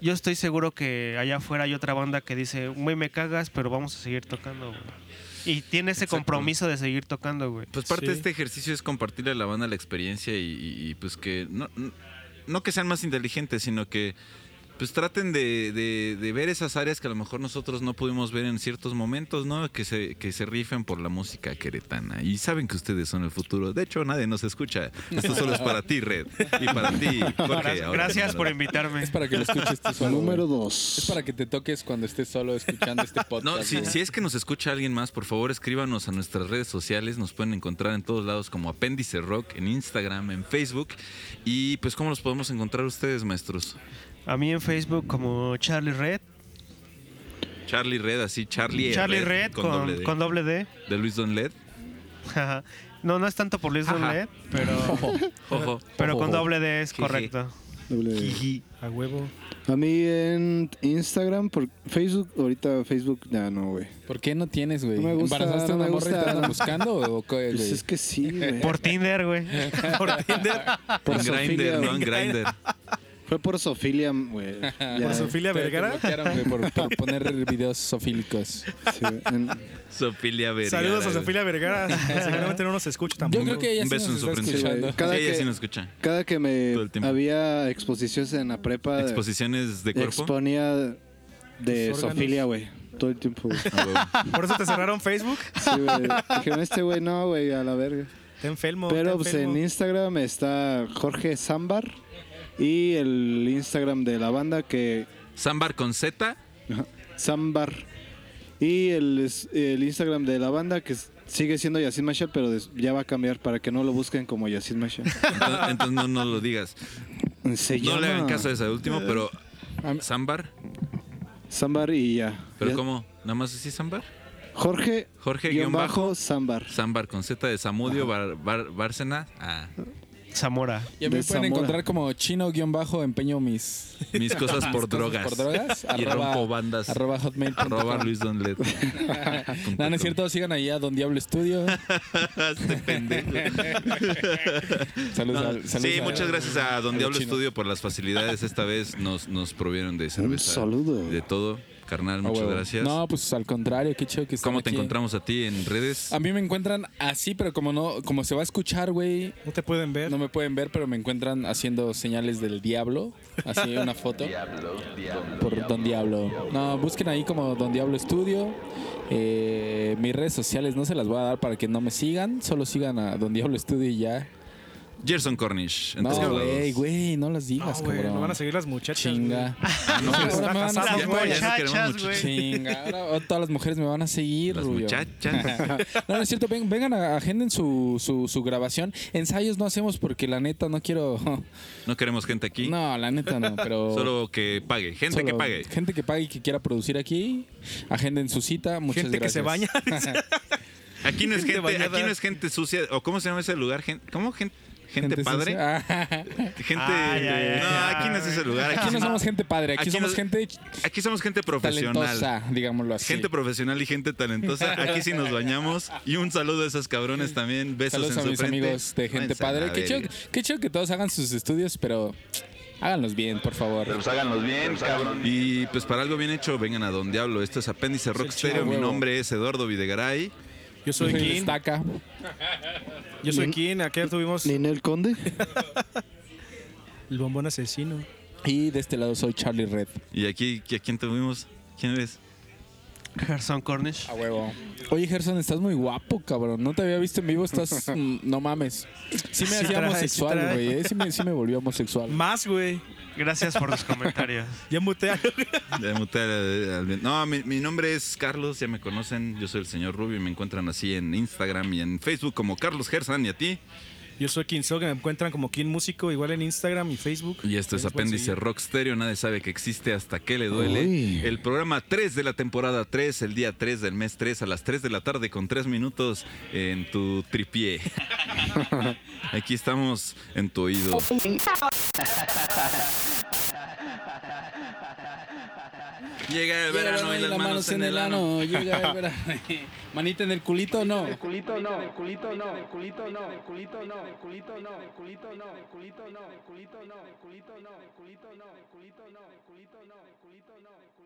yo estoy seguro que allá afuera hay otra banda que dice, güey, me cagas, pero vamos a seguir tocando, güey". Y tiene ese Exacto. compromiso de seguir tocando, güey. Pues parte de Sí. este ejercicio es compartirle a la banda la experiencia y, y- y, pues que no, no que sean más inteligentes, sino que pues traten de, de- de ver esas áreas que a lo mejor nosotros no pudimos ver en ciertos momentos, ¿no? Que se, que se rifen por la música queretana. Y saben que ustedes son el futuro. De hecho, nadie nos escucha. Esto solo es para ti, Red. Y para ti, Jorge. ahora. Gracias por invitarme. Es para que lo escuches tú solo. güey. Número Es 2. para que te toques cuando estés solo escuchando este podcast. No, si, güey. si es que nos escucha alguien más, por favor escríbanos a nuestras redes sociales. Nos pueden encontrar en todos lados como Apéndice Rock, en Instagram, en Facebook. Y pues, ¿cómo los podemos encontrar ustedes, maestros? A mí en Facebook como Charlie Red. Charlie Red, así, Charlie, Charlie Red, con, con doble doble D. D. de Luis Don Led. Ajá. no, no es tanto por Luis Don Ajá. Led, pero, Ojo. pero con doble D es Jeje. correcto. A huevo. A mí en Instagram, por Facebook, ahorita Facebook, ya no, güey. ¿Por qué no tienes, güey? No me gusta, ¿Embarazaste a no una me morra y te gusta. andan buscando o qué, Pues güey? es que sí, güey. Por Tinder, güey. Por Tinder. Por en zoofilia, Grinder, ¿no? En güey. Grinder. Fue por Sofilia, güey. Ya, Por Sofía Te- te Vergara. bloquearon, güey, por, por poner videos sofílicos. sí, güey. En- Sofilia Vergara. Saludos a güey. Sofía Vergara. Seguramente no nos escucha tampoco. Yo creo que ella Un sí beso en nos su está frente. escuchando. Sí, Cada sí, ella que- sí nos escucha. Cada que Todo me el tiempo. había exposiciones en la prepa, Exposiciones de cuerpo. exponía de Tus órganos. Sofilia, güey. Todo el tiempo. güey. Ah, huevo. Por eso te cerraron Facebook. Sí, güey. Dije, no, este güey no, güey, a la verga. Te enfermo. Pero te pues, enfermo. en Instagram está Jorge Zambar y el Instagram de la banda que Sambar con Z. Zambar y el, es- el Instagram de la banda que s- sigue siendo Yacine Masha, pero des- ya va a cambiar para que no lo busquen como Yacine Masha. Entonces, entonces no, no lo digas. Se No le llama hagan caso a ese último, pero. A mí- Sambar. Zambar y ya. ¿Pero Ya- cómo? ¿Nada más así Sambar? Jorge Jorge guión bajo bajo. Zambar. Sambar con Z de Samudio Bar- Bar- Bárcena. Ah, Zamora. Y a mí me de pueden Zamora. encontrar como chino-empeño mis mis cosas por drogas. por drogas. Y rompo bandas. Arroba hotmail. Arroba Luis Don Led. No, no es cierto, sigan ahí a Don Diablo Estudio. Este pendejo. Saludos, No, al- saludos Ah, sí, al- muchas gracias a Don al Diablo chino. Estudio por las facilidades. Esta vez nos, nos provieron de cerveza. saludo. De todo. Carnal, Ah, muchas huevo. gracias. No, pues al contrario, qué chido que están ¿Cómo te aquí. encontramos a ti en redes? A mí me encuentran así, pero como no, como se va a escuchar, güey, No te pueden ver. no me pueden ver, pero me encuentran haciendo señales del diablo, así una foto. por Don Diablo. No, busquen ahí como Don Diablo Estudio. Eh, mis redes sociales no se las voy a dar para que no me sigan, solo sigan a Don Diablo Estudio y ya. Gerson Cornish. en No, todos güey, lados. güey, no las No, digas, güey, cabrón. no van a seguir las muchachas. Chinga. güey. Ahora Ahora me van a casamos, seguir, Las pues, güey. ya se queremos muchachas, mucho. güey. Chinga, ahora ahora todas las mujeres me van a seguir, Las Rubio. muchachas. No, no es cierto, ven- vengan, a- agenden su, su, su grabación. Ensayos no hacemos porque la neta no quiero. No queremos gente aquí. No, la neta no, pero. Solo que pague. Gente solo que pague. Gente que pague y que quiera producir aquí. Agenden su cita. Muchas Gente que se gracias. baña. Aquí no es Gente gente, bañada. aquí no es gente sucia. ¿O cómo se llama ese lugar? Gen- ¿Cómo? Gen- ¿Gente, padre? sucia. Ah, Gente. Ah, ya, ya, no, ya. aquí no es ese lugar. Aquí, aquí no somos gente padre, aquí, Aquí somos no- gente aquí somos gente profesional. talentosa, digámoslo así. Gente profesional y gente talentosa. Aquí sí nos bañamos. Y un saludo a esos cabrones también. Besos Saludos en a su mis frente. amigos de gente Váyanse a padre. la Qué chido, verga. qué chido que todos hagan sus estudios, pero háganlos bien, por favor. Y pues para algo bien hecho, vengan a Don Diablo. Esto es Apéndice Rock Stereo. Mi huevo. nombre es Eduardo Videgaray. Yo soy King. Destaca. Yo soy King. Aquí tuvimos Ninel Conde. el bombón asesino. Y de este lado soy Charlie Red. Y aquí, ¿a quién tuvimos? ¿Quién eres? Gerson Cornish. A huevo. Oye, Gerson, estás muy guapo, cabrón. No te había visto en vivo, estás. mm, no mames. Sí me Sí hacía trae, sí homosexual, trae. güey. eh. Sí, me, sí me volvió homosexual. Más, güey. Gracias por los comentarios. Ya mutea. Ya muté al- al- No, mi, mi nombre es Carlos, ya me conocen. Yo soy el señor Rubio y me encuentran así en Instagram y en Facebook como Carlos Gersan y a ti. Yo soy King Sog. Me encuentran como King Músico, igual en Instagram y Facebook. Y esto es Ahí nos pueden Apéndice seguir. Rock Stereo, nadie sabe que existe hasta que le duele. Uy. El programa 3 de la temporada 3, el día 3 del mes 3, a las 3 de la tarde con 3 minutos en tu tripié. Aquí estamos en tu oído. Llega el verano y las manos en el ano. Llega el verano. Manita en el culito, no. culito no, el culito no, el culito no, el culito no, el culito no.